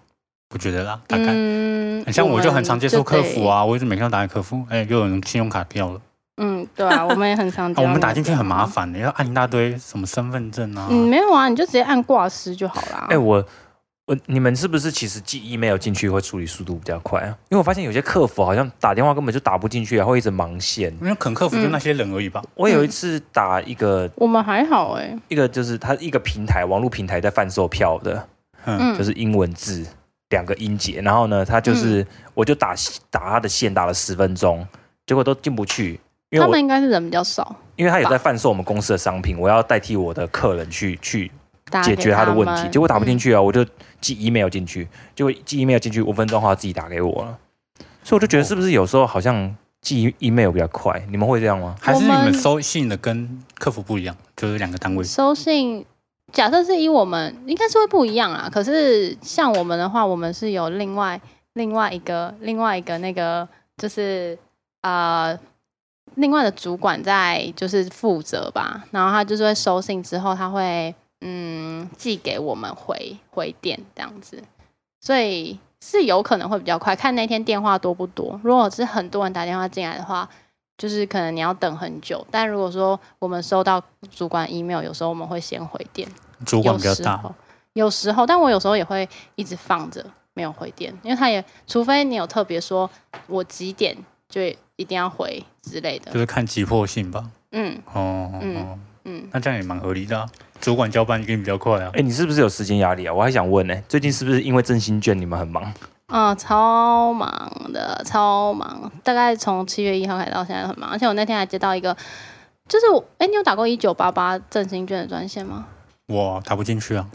Speaker 2: 我觉得啦，大概。
Speaker 3: 嗯
Speaker 2: 很像我就很常接触客服，
Speaker 3: 我们
Speaker 2: 啊，我一直每天都打给客服，哎、又有人信用卡掉了，
Speaker 3: 就得嗯，对啊，我们也很常
Speaker 2: 啊，
Speaker 3: 接。
Speaker 2: 我们打进去很麻。烦的、要按一大堆什么身份证啊，
Speaker 3: 嗯，没有啊，你就直接按挂失就好啦。
Speaker 4: 哎、我我你们是不是其实寄 email 进去会处理速度比较快啊？因为我发现有些客服好像打电话根本就打不进去啊，然后一直忙线。
Speaker 2: 因为可能客服
Speaker 3: 嗯
Speaker 2: 就那些人而已吧，
Speaker 4: 我有一次打一个、
Speaker 3: 我们还好哎、
Speaker 4: 一个就是它一个平台网络平台在贩售票的，
Speaker 2: 嗯，
Speaker 3: 嗯，
Speaker 4: 就是英文字两个音节，然后呢，它
Speaker 3: 嗯
Speaker 4: 就是、我就打打它的线打了十分钟，结果都进不去，因为
Speaker 3: 他
Speaker 4: 我
Speaker 3: 们应该是人比较少，
Speaker 4: 因为他有在贩售我们公司的商品，我要代替我的客人去去
Speaker 3: 打
Speaker 4: 解
Speaker 3: 给
Speaker 4: 决
Speaker 3: 他
Speaker 4: 他的问题，
Speaker 3: 们
Speaker 4: 结果打不进
Speaker 3: 嗯
Speaker 4: 去啊，我就寄 email 进去，结果寄 email 进去五分钟后他自己打给我了，所以我就
Speaker 3: 哦
Speaker 4: 觉得是不是有时候好像寄 email 比较快，你们会这样吗？
Speaker 2: 还是
Speaker 3: 我
Speaker 2: 你
Speaker 3: 们
Speaker 2: 们收信的跟客服不一样，就是两个单位，
Speaker 3: 收信。假设是以我们应该是会不一样啊，可是像我们的话，我们是有另外另外一个另外一个那个就是呃另外的主管在就是负责吧，然后他就是会收信之后，他会嗯寄给我们回回电这样子，所以是有可能会比较快，看那天电话多不多。如果是很多人打电话进来的话，就是可能你要等很久，但如果说我们收到主管 email，有时候我们会先回电，
Speaker 2: 主管
Speaker 3: 有
Speaker 2: 比较
Speaker 3: 时
Speaker 2: 大，
Speaker 3: 候，有时候，但我有时候也会一直放着没有回电，因为他也除非你有特别说我几点就一定要回之类
Speaker 2: 就
Speaker 3: 的，
Speaker 2: 是看急迫性吧，
Speaker 3: 嗯
Speaker 2: 哦，
Speaker 3: 嗯
Speaker 2: 哦
Speaker 3: 嗯，
Speaker 2: 那这样也蛮合理的、啊，主管交班一定比较快啊
Speaker 4: 哎、，你是不是有时间压力啊？我还想问呢、最近是不是因为振兴券你们很忙？
Speaker 3: 啊、超忙的，超忙，大概从七月一号开始到现在都很忙，而且我那天还接到一个，就是我，哎、你有打过一九八八振兴券的专线吗？
Speaker 2: 我打不进去啊，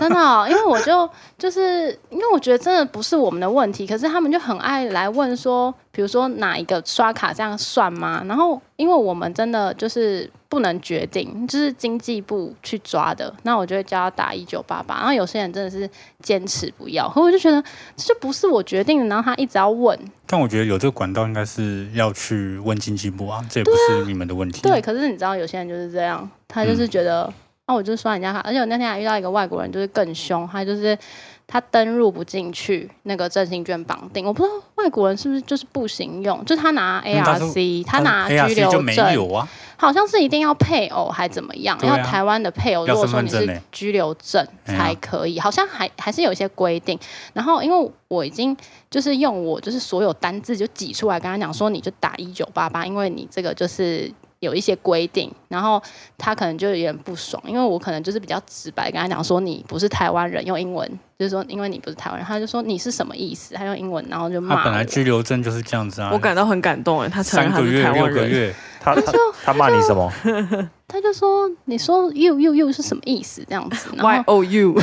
Speaker 3: 真的哦、因为我就就是因为我觉得真的不是我们的问题，可是他们就很爱来问说，比如说哪一个刷卡这样算吗？然后因为我们真的就是不能决定，就是经济部去抓的，那我就会叫他打一九八八。然后有些人真的是坚持不要，可我就觉得这就不是我决定的，然后他一直要问，
Speaker 2: 但我觉得有这个管道应该是要去问经济部啊，这也不是你们的问题，
Speaker 3: 对，，可是你知道有些人就是这样，他就是觉得，
Speaker 2: 嗯
Speaker 3: 啊，我就刷人家卡，而且我那天还遇到一个外国人，就是更凶，他就是他登录不进去那个振兴券绑定，我不知道外国人是不是就是不行用，就是他拿
Speaker 2: 嗯他是
Speaker 3: ARC，、他拿
Speaker 2: 但
Speaker 3: 居
Speaker 2: ARC 就
Speaker 3: 留
Speaker 2: 没
Speaker 3: 证，
Speaker 2: 有啊，
Speaker 3: 好像是一定要配偶还怎么样，
Speaker 2: 对啊
Speaker 3: 要台湾的配偶，
Speaker 2: 要
Speaker 3: 如果说你
Speaker 2: 身份证
Speaker 3: 是
Speaker 2: 欸
Speaker 3: 居留证
Speaker 2: 哎呀
Speaker 3: 才可以，好像还还是有一些规定。然后因为我已经就是用我就是所有单字就挤出来，跟他讲说你就打一九八八，因为你这个就是。有一些规定，然后他可能就有点不爽，因为我可能就是比较直白地跟他讲说你不是台湾人，用英文就是说因为你不是台湾人，他就说你是什么意思，他用英文然后就骂
Speaker 2: 他
Speaker 3: 我。
Speaker 2: 本来居留证就是这样子啊，
Speaker 1: 我感到很感动哎，他承认
Speaker 2: 三
Speaker 1: 他
Speaker 2: 个
Speaker 1: 是
Speaker 2: 月
Speaker 1: 台
Speaker 2: 六
Speaker 1: 湾
Speaker 2: 个
Speaker 1: 人，
Speaker 2: 月，
Speaker 4: 他他他骂你什么？
Speaker 3: 他就说你说又又又是什么意思这样子，然后
Speaker 1: Y O U，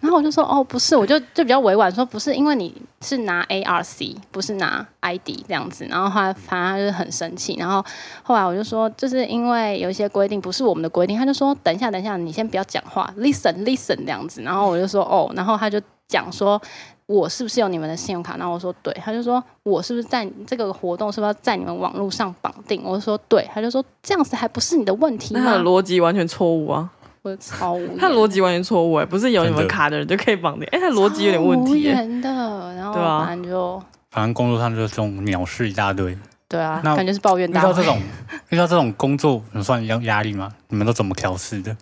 Speaker 3: 然后我就说哦，不是，我就就比较委婉说不是，因为你是拿 ARC，不是拿 ID 这样子。然后他反正他就是很生气。然后后来我就说，就是因为有一些规定不是我们的规定，他就说等一下，等一下，你先不要讲话，listen listen 这样子。然后我就说哦，然后他就讲说。我是不是有你们的信用卡？”然后我说：“对。”他就说：“我是不是在这个活动是不是要在你们网络上绑定？”我就说：“对。”他就说：“这样子还不是你的问题
Speaker 1: 那他的
Speaker 3: 吗
Speaker 1: 逻辑完全错误啊！？”
Speaker 3: 我超无言，
Speaker 1: 他的逻辑完全错误哎、不是有你
Speaker 2: 真
Speaker 1: 们
Speaker 2: 的
Speaker 1: 卡的人就可以绑定，哎、他的逻辑有点问
Speaker 3: 啊超无
Speaker 1: 题、欸。
Speaker 3: 言的。然后
Speaker 1: 对啊
Speaker 3: 反正就
Speaker 2: 反正工作上就是这种鸟事一大堆。
Speaker 3: 对啊，
Speaker 2: 那
Speaker 3: 感觉是抱怨
Speaker 2: 遇
Speaker 3: 大
Speaker 2: 到这
Speaker 3: 会。
Speaker 2: 种遇到这种工作，你算压压力吗？你们都怎么调试的？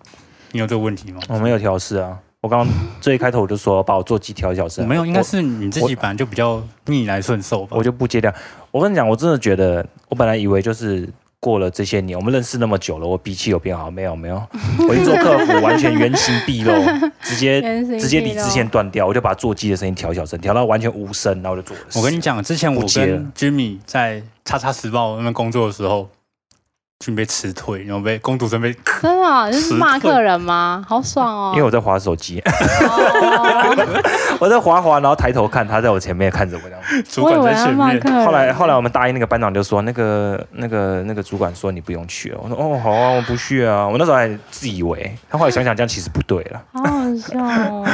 Speaker 2: 你有这个问题吗？
Speaker 4: 我没有调试啊，我刚刚最一开头我就说把我做机调一小时
Speaker 2: 我
Speaker 4: 啊，
Speaker 2: 没有，应
Speaker 4: 我
Speaker 2: 该是你自己本来就比较逆来顺受吧
Speaker 4: 我。就不接掉。我跟你讲，我真的觉得，我本来以为就是过了这些年，我们认识那么久了，我脾气有变好？没有，没有，我一做客服完全原形毕露，直接
Speaker 3: 原形
Speaker 4: 直接
Speaker 3: 毕
Speaker 4: 理
Speaker 3: 露
Speaker 4: 之前断掉，我就把座机的声音调小声，调到完全无声，然后我就做我的事。
Speaker 2: 我跟你讲，之前我
Speaker 4: 不接
Speaker 2: 跟
Speaker 4: 了
Speaker 2: Jimmy 在叉叉时报那边工作的时候，Jimmy 被辞退，然后被工读生被 [LAUGHS]
Speaker 3: 真的哦、你就是骂
Speaker 2: 迟钝
Speaker 3: 客人吗？好爽哦！
Speaker 4: 因为我在划手机， [LAUGHS]
Speaker 3: 哦
Speaker 4: 我在划划，然后抬头看他在我前面看着我这样。
Speaker 2: [LAUGHS] 主
Speaker 3: 我以
Speaker 2: 管
Speaker 3: 为
Speaker 2: 在
Speaker 3: 他
Speaker 2: 前
Speaker 3: 骂
Speaker 2: 面
Speaker 3: 客。人。
Speaker 4: 后来后来我们大一那个班长就说，那个那个那个主管说你不用去了。我说哦好啊，我不去啊。我那时候还自以为，他后来想想这样其实不对了。
Speaker 3: 好好笑
Speaker 2: [LAUGHS]
Speaker 3: 哦！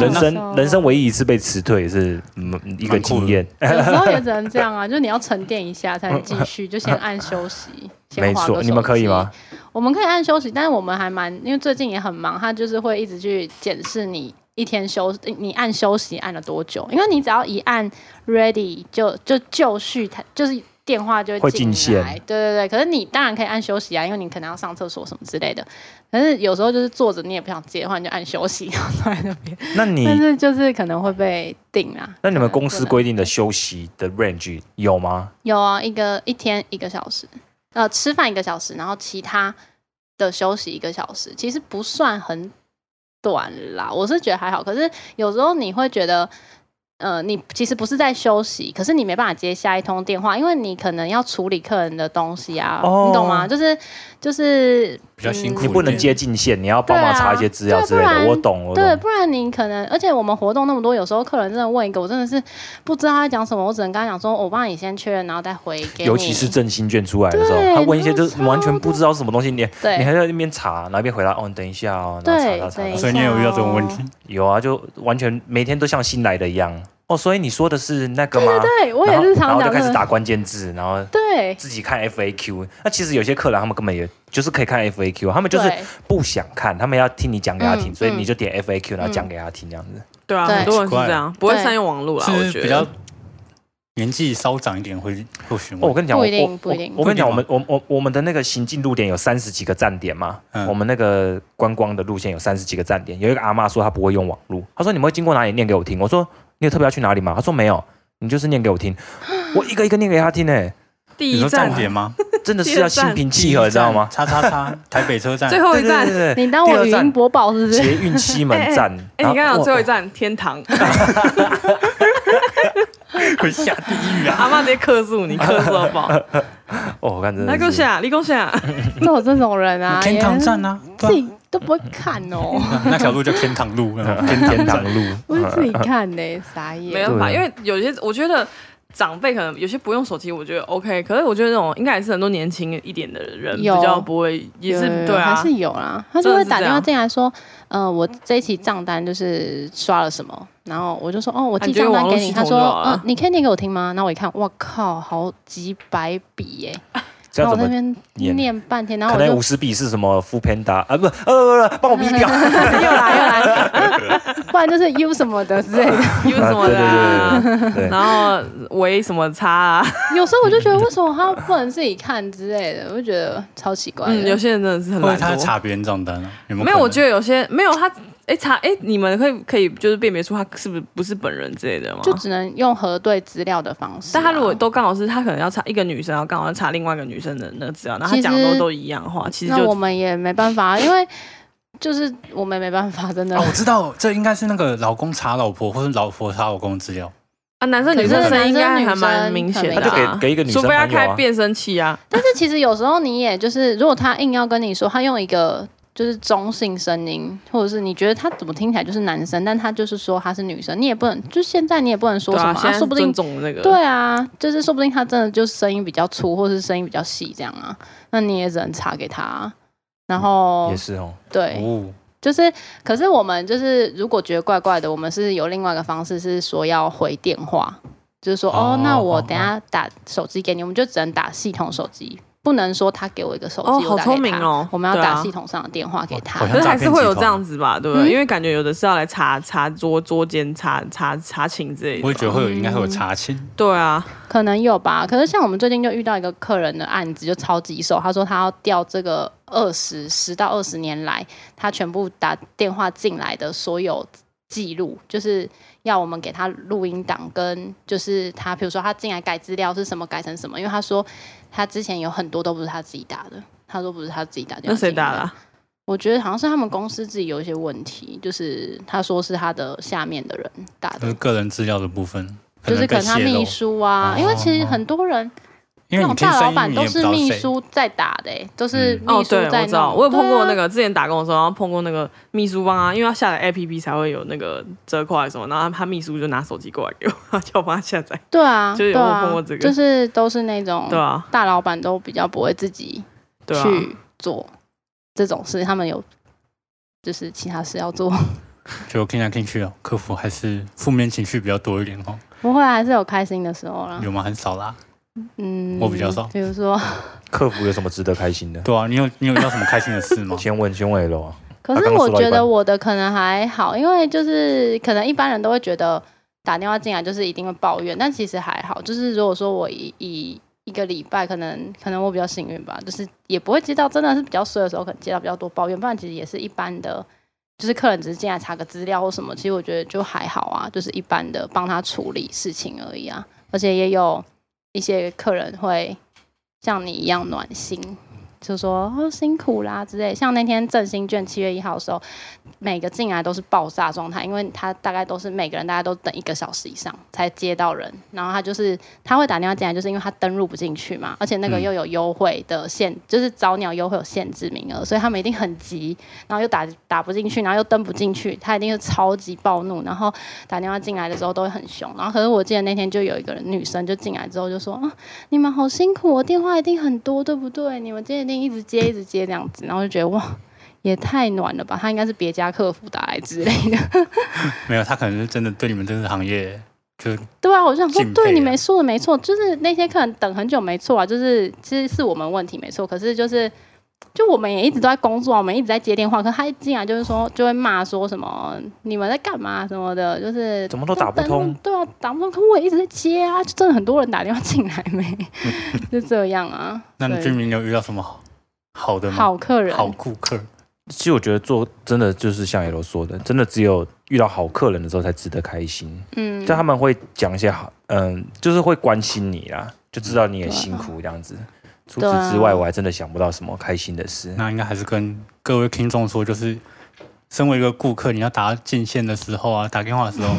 Speaker 4: 人
Speaker 3: 太好笑了哦
Speaker 4: 生人生唯一一次被辞退也是嗯一个
Speaker 2: 蛮酷的
Speaker 4: 经验，
Speaker 3: 有时候也只能这样 [LAUGHS] 啊，就是你要沉淀一下才能继续，就先按休息，
Speaker 4: 没
Speaker 3: 先划个
Speaker 4: 错，
Speaker 3: 手
Speaker 4: 你们可以吗？
Speaker 3: 机？我们可以按休息，但是我们还蛮，因为最近也很忙，他就是会一直去检视你一天休，你按休息按了多久，因为你只要一按 ready 就就就绪，它就是。电话就
Speaker 4: 会
Speaker 3: 进
Speaker 4: 进
Speaker 3: 来
Speaker 4: 线，
Speaker 3: 对对对。可是你当然可以按休息啊，因为你可能要上厕所什么之类的。可是有时候就是坐着你也不想接的话，你就按休息，然后坐在那边。
Speaker 4: 那你
Speaker 3: 但是就是可能会被定啊。
Speaker 4: 那你们
Speaker 3: 可能
Speaker 4: 公司
Speaker 3: 不能
Speaker 4: 规定的休息的 range 有吗？
Speaker 3: 有啊，一个一天一个小时，呃，吃饭一个小时，然后其他的休息一个小时，其实不算很短啦。我是觉得还好，可是有时候你会觉得，呃，你其实不是在休息，可是你没办法接下一通电话，因为你可能要处理客人的东西啊，
Speaker 4: 哦
Speaker 3: 你懂吗？就是就是
Speaker 2: 比较辛苦
Speaker 4: 你不能接近线，你要帮忙
Speaker 3: 对啊
Speaker 4: 查一些资料之类
Speaker 3: 对不
Speaker 4: 的。
Speaker 3: 然
Speaker 4: 我懂，我
Speaker 3: 对，
Speaker 4: 懂。
Speaker 3: 不然你可能，而且我们活动那么多，有时候客人真的问一个，我真的是不知道他在讲什么，我只能跟他讲说，我帮你先确认，然后再回给你。
Speaker 4: 尤其是振兴券出来的时候，
Speaker 3: 对
Speaker 4: 他问一些就是
Speaker 3: 那个
Speaker 4: 完全不知道是什么东西，你你
Speaker 3: 对
Speaker 4: 还在那边查，然后一边回答哦，你等一下哦，然
Speaker 3: 对
Speaker 4: 后查查查
Speaker 3: 对
Speaker 4: 查。
Speaker 2: 所以你有遇到这种问题？
Speaker 1: 嗯
Speaker 4: 有啊，就完全每天都像新来的一样。哦，所以你说的是那个吗？对
Speaker 3: 对我也是
Speaker 4: 然
Speaker 3: 常
Speaker 4: 后然
Speaker 3: 讲
Speaker 4: 后就开始
Speaker 3: 这
Speaker 4: 打
Speaker 3: 个。
Speaker 4: 关键字，然后
Speaker 3: 对，
Speaker 4: 自己看 FAQ。那其实有些客人他们根本也就是可以看 FAQ，他们就是
Speaker 3: 对
Speaker 4: 不想看，他们要听你讲给他听，
Speaker 3: 嗯
Speaker 4: 所以你就点 FAQ 然后讲给他听这样子。
Speaker 1: 对啊，
Speaker 3: 对
Speaker 1: 很多人是
Speaker 2: 奇怪
Speaker 1: 这样，不会善用网络啦。
Speaker 2: 是不
Speaker 1: 我
Speaker 2: 是
Speaker 1: 觉
Speaker 2: 比较
Speaker 1: 得
Speaker 2: 年纪稍长一点会会询
Speaker 4: 哦，
Speaker 2: 问。
Speaker 4: 我跟你讲，
Speaker 3: 不
Speaker 4: 我
Speaker 3: 一定
Speaker 4: 我
Speaker 3: 不一定
Speaker 4: 我我跟你讲，我
Speaker 2: 不一
Speaker 4: 们我我我们的那个行进路点有三十几个站点嘛，
Speaker 2: 嗯
Speaker 4: 我们那个观光的路线有三十几个站点，有一个阿嬷说她不会用网络，她说你们会经过哪里念给我听，我说你有特别要去哪里吗？她说没有，你就是念给我听，我一个一个念给她听呢、
Speaker 1: 第
Speaker 2: 你
Speaker 1: 一
Speaker 2: 说
Speaker 1: 站
Speaker 2: 站点
Speaker 4: [LAUGHS]
Speaker 2: 吗？
Speaker 4: 真的是要心平气和，你知
Speaker 2: [LAUGHS]
Speaker 4: 道吗？
Speaker 2: 叉叉叉，台北车站。
Speaker 1: 最后
Speaker 4: 对
Speaker 1: 一
Speaker 4: 对
Speaker 1: 站，
Speaker 4: 对对对，
Speaker 3: 你当
Speaker 4: 第
Speaker 3: 我
Speaker 4: 二
Speaker 3: 语
Speaker 4: 站
Speaker 3: 音播报
Speaker 4: [LAUGHS]
Speaker 3: 是不是？
Speaker 4: 捷运西门站，哦
Speaker 1: 哎、你刚刚
Speaker 4: 我
Speaker 1: 讲最后一站天
Speaker 2: [LAUGHS]
Speaker 1: 堂，
Speaker 2: 会下地狱啊！
Speaker 1: 阿妈直接克诉你，克诉到爆。
Speaker 4: 哦，我看真
Speaker 1: 来，给
Speaker 4: 的
Speaker 1: 我
Speaker 4: 是，
Speaker 1: 下，你给我下。
Speaker 3: 都有这种人
Speaker 4: [LAUGHS]
Speaker 3: 啊，
Speaker 2: 天堂
Speaker 3: 也
Speaker 2: 站啊，对啊
Speaker 3: 自
Speaker 2: 啊
Speaker 3: 己都不会看哦，
Speaker 2: 那条路叫天堂路，嗯
Speaker 4: [LAUGHS] 天天
Speaker 2: [LAUGHS]
Speaker 4: 堂路，
Speaker 3: 不是自己看呢、傻
Speaker 1: 没
Speaker 3: 眼。
Speaker 1: 办法，
Speaker 4: 对啊
Speaker 1: 因为有些我觉得长辈可能有些不用手机，我觉得 OK。可是我觉得那种应该也是很多年轻一点的人比
Speaker 3: 有
Speaker 1: 较不会，也是
Speaker 3: 有有有
Speaker 1: 对啊
Speaker 3: 还。是有啦。他就
Speaker 1: 真的
Speaker 3: 会
Speaker 1: 是
Speaker 3: 打
Speaker 1: 这
Speaker 3: 电话
Speaker 1: 样
Speaker 3: 进来说，呃，我这一期账单就是刷了什么，然后我就说，哦，我
Speaker 1: 啊
Speaker 3: 记
Speaker 1: 你觉得
Speaker 3: 账单
Speaker 1: 网络
Speaker 3: 给你。
Speaker 1: 系
Speaker 3: 他
Speaker 1: 统啊
Speaker 3: 说，
Speaker 1: 就好了
Speaker 3: 呃，你可以念给我听吗？然后我一看，哇靠，好几百笔耶、
Speaker 4: 这
Speaker 3: 然
Speaker 4: 样
Speaker 3: 后我
Speaker 4: 怎
Speaker 3: 在那
Speaker 4: 么？
Speaker 3: 边
Speaker 4: 念
Speaker 3: 念半天，然后
Speaker 4: 可
Speaker 3: 我就
Speaker 4: 能五十笔是什么？富偏达啊，不，呃，不不，帮我逼
Speaker 3: [LAUGHS]
Speaker 4: 掉。
Speaker 3: 又来又来， [LAUGHS] 不然就是 U 什么的之类的。
Speaker 1: 有什么的
Speaker 4: 啊
Speaker 1: 啊、
Speaker 4: 对对对
Speaker 3: [LAUGHS]
Speaker 4: 对对
Speaker 1: 然后为什么差啊？
Speaker 3: 有时候我就觉得，为什么他不能自己看之类的，我就觉得超奇怪的。
Speaker 1: 嗯，有些人真的是
Speaker 2: 会
Speaker 1: 很
Speaker 2: 不会
Speaker 1: 懒
Speaker 2: 他在
Speaker 1: 惰。
Speaker 2: 查别人账单啊？有没有可能？
Speaker 1: 没有，我觉得有些没有他。哎、查哎、你们可以可以就是辨别出他是不是不是本人之类的吗？
Speaker 3: 就只啊能用核对资料的方式啊、
Speaker 1: 但他如果都刚好是他可能要查一个女生，然后刚好要查另外一个女生的那个资料，然后
Speaker 3: 其
Speaker 1: 他
Speaker 3: 实
Speaker 1: 讲的都都一样的话，其实
Speaker 3: 那我
Speaker 1: 就
Speaker 3: 们也没办
Speaker 1: [LAUGHS]
Speaker 3: 法，因为就是我们也没办法，真的。
Speaker 2: 哦，我知道，这应该是那个老公查老婆，或是老婆查老公的资料。
Speaker 1: 啊男生女
Speaker 3: 可
Speaker 1: 生
Speaker 3: 是
Speaker 1: 声音应该还
Speaker 3: 男
Speaker 1: 蛮
Speaker 3: 生
Speaker 1: 明显
Speaker 3: 女
Speaker 1: 的、啊，
Speaker 3: 生
Speaker 4: 可能他就给给一个女生
Speaker 1: 除非他
Speaker 4: 朋友啊
Speaker 1: 开变声器啊，
Speaker 3: 但是其实有时候你也就是，如果他硬要跟你说，他用一个就是中性声音，或者是你觉得他怎么听起来就是男生，但他就是说他是女生，你也不能，就现在你也不能说
Speaker 1: 对
Speaker 3: 什么、
Speaker 1: 啊，现在
Speaker 3: 说不定
Speaker 1: 尊重那个，
Speaker 3: 对啊，就是说不定他真的就是声音比较粗，或是声音比较细这样啊，那你也只能查给他啊。然后
Speaker 4: 也是哦。
Speaker 3: 对，
Speaker 2: 哦，
Speaker 3: 就是，可是我们就是如果觉得怪怪的，我们是有另外一个方式，是说要回电话，就是说哦
Speaker 2: 哦
Speaker 3: 那我等下打手机给你，我们就只能打系统手机，不能说他给我一个手机，
Speaker 1: 哦
Speaker 3: 我打
Speaker 1: 好聪
Speaker 3: 给他
Speaker 1: 明哦
Speaker 3: 我们要
Speaker 1: 对啊
Speaker 3: 打系统上的电话给他
Speaker 2: 好。
Speaker 1: 可
Speaker 2: 像
Speaker 1: 是还是会有
Speaker 2: 诈骗集团
Speaker 4: 啊
Speaker 1: 这样子吧，对不对？
Speaker 3: 嗯
Speaker 1: 因为感觉有的是要来查查桌桌间、查查查寝之类的吧。
Speaker 2: 我也觉得会有，应该会有查清。
Speaker 3: 嗯
Speaker 1: 对啊，
Speaker 3: 可能有吧。可是像我们最近就遇到一个客人的案子，就超棘手。他说他要调这个二十十到二十年来，他全部打电话进来的所有记录，就是要我们给他录音档跟就是他，比如说他进来改资料是什么改成什么，因为他说他之前有很多都不是他自己打的。他说不是他自己打电
Speaker 1: 那
Speaker 3: 话
Speaker 1: 谁
Speaker 3: 进来的，
Speaker 1: 打的啊？
Speaker 3: 我觉得好像是他们公司自己有一些问题，就是他说是他的下面的人打
Speaker 2: 就是
Speaker 3: 的，
Speaker 2: 个人资料的部分，
Speaker 3: 就是可
Speaker 2: 呃被
Speaker 3: 能他
Speaker 2: 泄露哦
Speaker 3: 秘，书啊，因为其实很多人
Speaker 2: 因为
Speaker 3: 那
Speaker 2: 你
Speaker 3: 种
Speaker 2: 听
Speaker 3: 大
Speaker 2: 声
Speaker 3: 老
Speaker 2: 音
Speaker 3: 板
Speaker 2: 你
Speaker 3: 都
Speaker 2: 也不知
Speaker 3: 是
Speaker 2: 道
Speaker 3: 秘
Speaker 2: 谁。嗯
Speaker 3: 书在打的、欸，都是秘
Speaker 1: 哦，
Speaker 3: 书
Speaker 1: 对，
Speaker 3: 在弄、
Speaker 1: 我知道，我有碰过那
Speaker 3: 对啊。
Speaker 1: 个之前打工的时候，然后碰过那个秘书帮他，因为要下载 APP 才会有那个折扣还是什么，然后他他秘书就拿手机过来给我，叫我帮他下载。
Speaker 3: 对啊，
Speaker 1: 就是有
Speaker 3: 对啊
Speaker 1: 碰过这个
Speaker 3: 就是都是那种
Speaker 1: 对啊，
Speaker 3: 大老板都比较不会自己
Speaker 1: 对啊，
Speaker 3: 哦去做这种事，他们有就是其他事要做， [LAUGHS]
Speaker 2: 就听来听去哦，客服还是负面情绪比较多一点哦，
Speaker 3: 不会啊还是有开心的时候啦。
Speaker 2: 有吗？很少啦。
Speaker 3: 嗯，
Speaker 2: 我比较少
Speaker 3: 比如说，
Speaker 4: 客服有什么值得开心的？？
Speaker 2: 对啊，你有你有遇到什么开心的事
Speaker 3: [LAUGHS]
Speaker 2: 吗
Speaker 4: 先问先问 L 啊，
Speaker 3: 可是
Speaker 4: 刚刚
Speaker 3: 我
Speaker 4: 说到一
Speaker 3: 觉得
Speaker 4: 半
Speaker 3: 我的可能还好，因为就是可能一般人都会觉得打电话进来就是一定会抱怨，但其实还好。就是如果说我以以一个礼拜，可能可能我比较幸运吧，就是也不会接到真的是比较衰的时候，可能接到比较多抱怨，不然其实也是一般的，就是客人只是进来查个资料或什么，其实我觉得就还好啊，就是一般的帮他处理事情而已啊。而且也有一些客人会像你一样暖心。就说哦辛苦啦之类，像那天振兴券七月一号的时候，每个进来都是爆炸状态，因为他大概都是每个人大概都等一个小时以上才接到人，然后他就是他会打电话进来，就是因为他登录不进去嘛，而且那个
Speaker 2: 嗯
Speaker 3: 又有优惠的限，就是早鸟优惠有限制名额，所以他们一定很急，然后又打打不进去，然后又登不进去，他一定是超级暴怒，然后打电话进来的时候都会很凶，然后可是我记得那天就有一个人女生就进来之后就说啊你们好辛苦哦，电话一定很多，对不对？你们今天一定一直接一直接这样子，然后就觉得哇，也太暖了吧！他应该是别家客服打来之类的， [LAUGHS]
Speaker 2: 没有，他可能是真的对你们这个行业就是
Speaker 3: 对啊，我就想说
Speaker 2: 敬，佩啊
Speaker 3: 对你没错的没错，就是那些客人等很久没错啊，就是其实是我们问题没错，可是就是。就我们也一直都在工作啊，我们一直在接电话，可他一进来就是说，就会骂说什么你们在干嘛什么的，就是
Speaker 4: 怎么都打不
Speaker 3: 登录
Speaker 4: 通，
Speaker 3: 对啊，打不通，可我也一直在接啊，就真的很多人打电话进来 [LAUGHS] 没，就这样啊。
Speaker 2: 那你
Speaker 3: 对
Speaker 2: 居民有遇到什么好好的吗？
Speaker 3: 好客人，
Speaker 2: 好顾客，
Speaker 4: 其实我觉得做真的就是像 L 说的，真的只有遇到好客人的时候才值得开心。
Speaker 3: 嗯，
Speaker 4: 就他们会讲一些好，嗯，就是会关心你啦，就知道你也辛苦这样子。除
Speaker 3: 对啊
Speaker 4: 此之外，我还真的想不到什么开心的事。
Speaker 2: 那应该还是跟各位听众说，就是身为一个顾客，你要打进线的时候啊，打电话的时
Speaker 3: [LAUGHS]
Speaker 2: 候，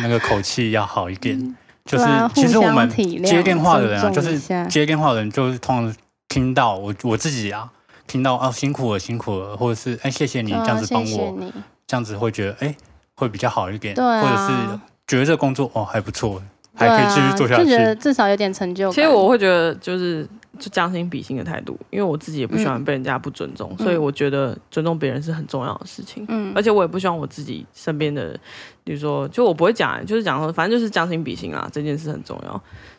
Speaker 2: 那个口气要好一点。就是
Speaker 3: 对啊
Speaker 2: 其实
Speaker 3: 互
Speaker 2: 我
Speaker 3: 相
Speaker 2: 们
Speaker 3: 体谅
Speaker 2: 接电话的人啊，
Speaker 3: 尊
Speaker 2: 就
Speaker 3: 重
Speaker 2: 是
Speaker 3: 一下
Speaker 2: 接电话的人就是通常听到我我自己啊，听到啊辛苦了辛苦了，或者是哎谢
Speaker 1: 嗯
Speaker 2: 谢你
Speaker 3: 对啊
Speaker 2: 这样子帮
Speaker 3: 谢谢
Speaker 2: 我，
Speaker 3: 你
Speaker 2: 这样子会觉得哎会比较好一点，
Speaker 3: 对啊
Speaker 2: 或者是觉得这个工作哦还不错，还
Speaker 3: 对
Speaker 2: 可以继续做下
Speaker 3: 啊、就觉
Speaker 2: 去
Speaker 3: 得。至少有点成就感。
Speaker 1: 其实我会觉得就是就将心比心的态度，因为我自己也不喜
Speaker 3: 嗯
Speaker 1: 欢被人家不尊重，所以我觉得尊重别人是很重要的事情。
Speaker 3: 嗯
Speaker 1: 而且我也不希望我自己身边的，比如说，就我不会讲、就是讲说，反正就是将心比心啦，这件事很重要。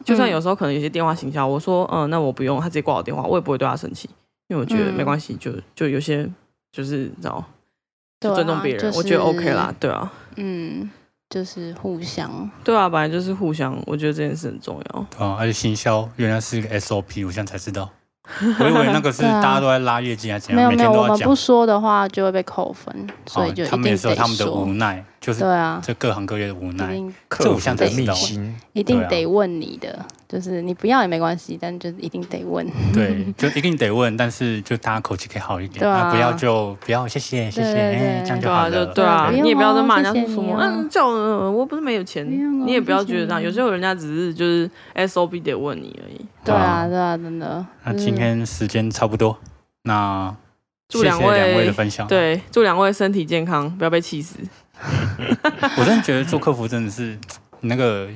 Speaker 1: 就
Speaker 3: 嗯
Speaker 1: 算有时候可能有些电话行销，我说嗯，那我不用，他直接挂我电话，我也不会对他生气，因为我觉得
Speaker 3: 嗯
Speaker 1: 没关系，就就有些就是你知道，
Speaker 3: 对
Speaker 1: 就
Speaker 3: 啊
Speaker 1: 尊重别人，
Speaker 3: 就是
Speaker 1: 我觉得 OK 啦，对啊，
Speaker 3: 嗯，就是互相
Speaker 1: 对啊，本来就是互相，我觉得这件事很重要。
Speaker 2: 对啊，而且行销原来是一个 SOP，我现在才知道。我以为那个是
Speaker 3: 对啊
Speaker 2: 大家都在拉业绩啊，怎
Speaker 3: 没
Speaker 2: 样，
Speaker 3: 有
Speaker 2: 每
Speaker 3: 没
Speaker 2: 天
Speaker 3: 有，
Speaker 2: 都
Speaker 3: 我
Speaker 2: 要
Speaker 3: 们
Speaker 2: 讲
Speaker 3: 不。说的话就会被扣分，所以就
Speaker 2: 哦
Speaker 3: 一
Speaker 2: 他
Speaker 3: 定
Speaker 2: 们也
Speaker 3: 得
Speaker 2: 是有他们的无
Speaker 3: 说。
Speaker 2: 奈，就是
Speaker 3: 对啊，
Speaker 2: 这各行各业的无
Speaker 3: 一
Speaker 2: 奈。
Speaker 3: 定
Speaker 4: 客服的
Speaker 3: 这
Speaker 4: 秘
Speaker 2: 我现
Speaker 4: 辛，
Speaker 3: 一定
Speaker 2: 对啊
Speaker 3: 得问你的，就是你不要也没关系，但就是一定得问。
Speaker 2: 对，就一定得问，但是就大家口气可以好一点，
Speaker 3: 对啊
Speaker 2: 那不要就不要，谢谢谢谢，
Speaker 3: 对对
Speaker 2: 哎
Speaker 3: 对
Speaker 2: 这样就
Speaker 1: 对
Speaker 2: 好
Speaker 1: 啊，就
Speaker 2: 了。
Speaker 1: 对啊，
Speaker 3: 对
Speaker 1: 你也不要再骂人
Speaker 3: 不
Speaker 1: 家
Speaker 3: 用哦
Speaker 1: 说什么
Speaker 3: 谢谢你哦
Speaker 1: 嗯，叫我、呃我不是没有钱
Speaker 3: 不用哦，
Speaker 1: 你也不要觉得这样，
Speaker 3: 谢谢你
Speaker 1: 有时候人家只是就是 SOP 得问你而已。
Speaker 2: 对
Speaker 3: 对啊，
Speaker 2: 啊
Speaker 3: 对啊，真的。
Speaker 2: 那
Speaker 3: 就是
Speaker 2: 今天时间差不多，那
Speaker 1: 祝
Speaker 2: 谢谢
Speaker 1: 两
Speaker 2: 两
Speaker 1: 位
Speaker 2: 位的分享。，
Speaker 1: 对，祝两位身体健康，不要被气死。
Speaker 2: 我真的觉得做客服真的是那个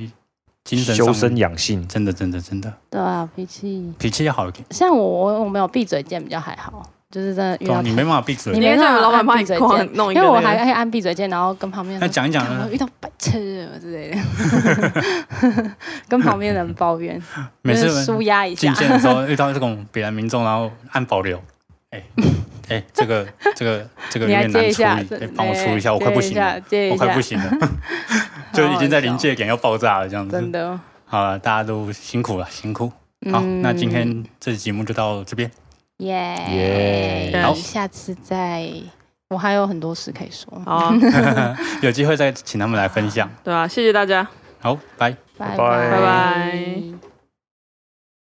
Speaker 2: 精神上
Speaker 4: 修
Speaker 2: 面
Speaker 4: 身养性。
Speaker 2: 真的真的真的
Speaker 3: 对啊，脾气
Speaker 2: 脾气要好一点。
Speaker 3: 像我我我没有闭嘴键比较还好，就是真的遇
Speaker 2: 对啊，
Speaker 3: 到
Speaker 2: 你没办法闭嘴
Speaker 3: 你。
Speaker 1: 应
Speaker 3: 没
Speaker 1: 该叫你
Speaker 3: 办法啊
Speaker 1: 们老板帮你
Speaker 3: 闭嘴
Speaker 1: 狂
Speaker 3: 键
Speaker 1: 弄一
Speaker 3: 因
Speaker 1: 个、
Speaker 3: 为
Speaker 1: 那
Speaker 3: 我
Speaker 1: 个
Speaker 3: 还可以按闭嘴键，然后跟旁边
Speaker 2: 那
Speaker 3: 人说
Speaker 2: 讲一啊讲
Speaker 3: 干
Speaker 2: 呢
Speaker 3: 我，遇到白痴什么之类的，跟旁边人抱怨，
Speaker 2: [LAUGHS] 每次
Speaker 3: 就是舒压一
Speaker 2: 进
Speaker 3: 下。
Speaker 2: 见的时候遇到这种北兰民众，然后按保留，
Speaker 3: [LAUGHS]
Speaker 2: 哎、哎、这个这个这个有
Speaker 3: 你来
Speaker 2: 点难
Speaker 3: 接一
Speaker 2: 处理，
Speaker 3: 下，
Speaker 2: 哎、帮我处理一下，我快不行了，，
Speaker 3: 接
Speaker 2: 我
Speaker 3: 一下，
Speaker 2: 快不行
Speaker 3: [LAUGHS]
Speaker 2: 了， [LAUGHS] 就已经在临
Speaker 3: 接，
Speaker 2: 界点要爆炸了，这样
Speaker 3: 真
Speaker 2: 子。
Speaker 3: 的。哦
Speaker 2: 好了，大家都辛苦了，辛苦。好，那今天这期节目就到这边，
Speaker 3: 嗯耶
Speaker 4: 耶
Speaker 1: 好
Speaker 3: 下次再，我还有很多事可以说，
Speaker 1: 好啊，
Speaker 2: 有机会再请他们来分享。
Speaker 1: 对啊，谢谢大家。
Speaker 2: 好，拜。
Speaker 3: 拜
Speaker 4: 拜
Speaker 1: 拜拜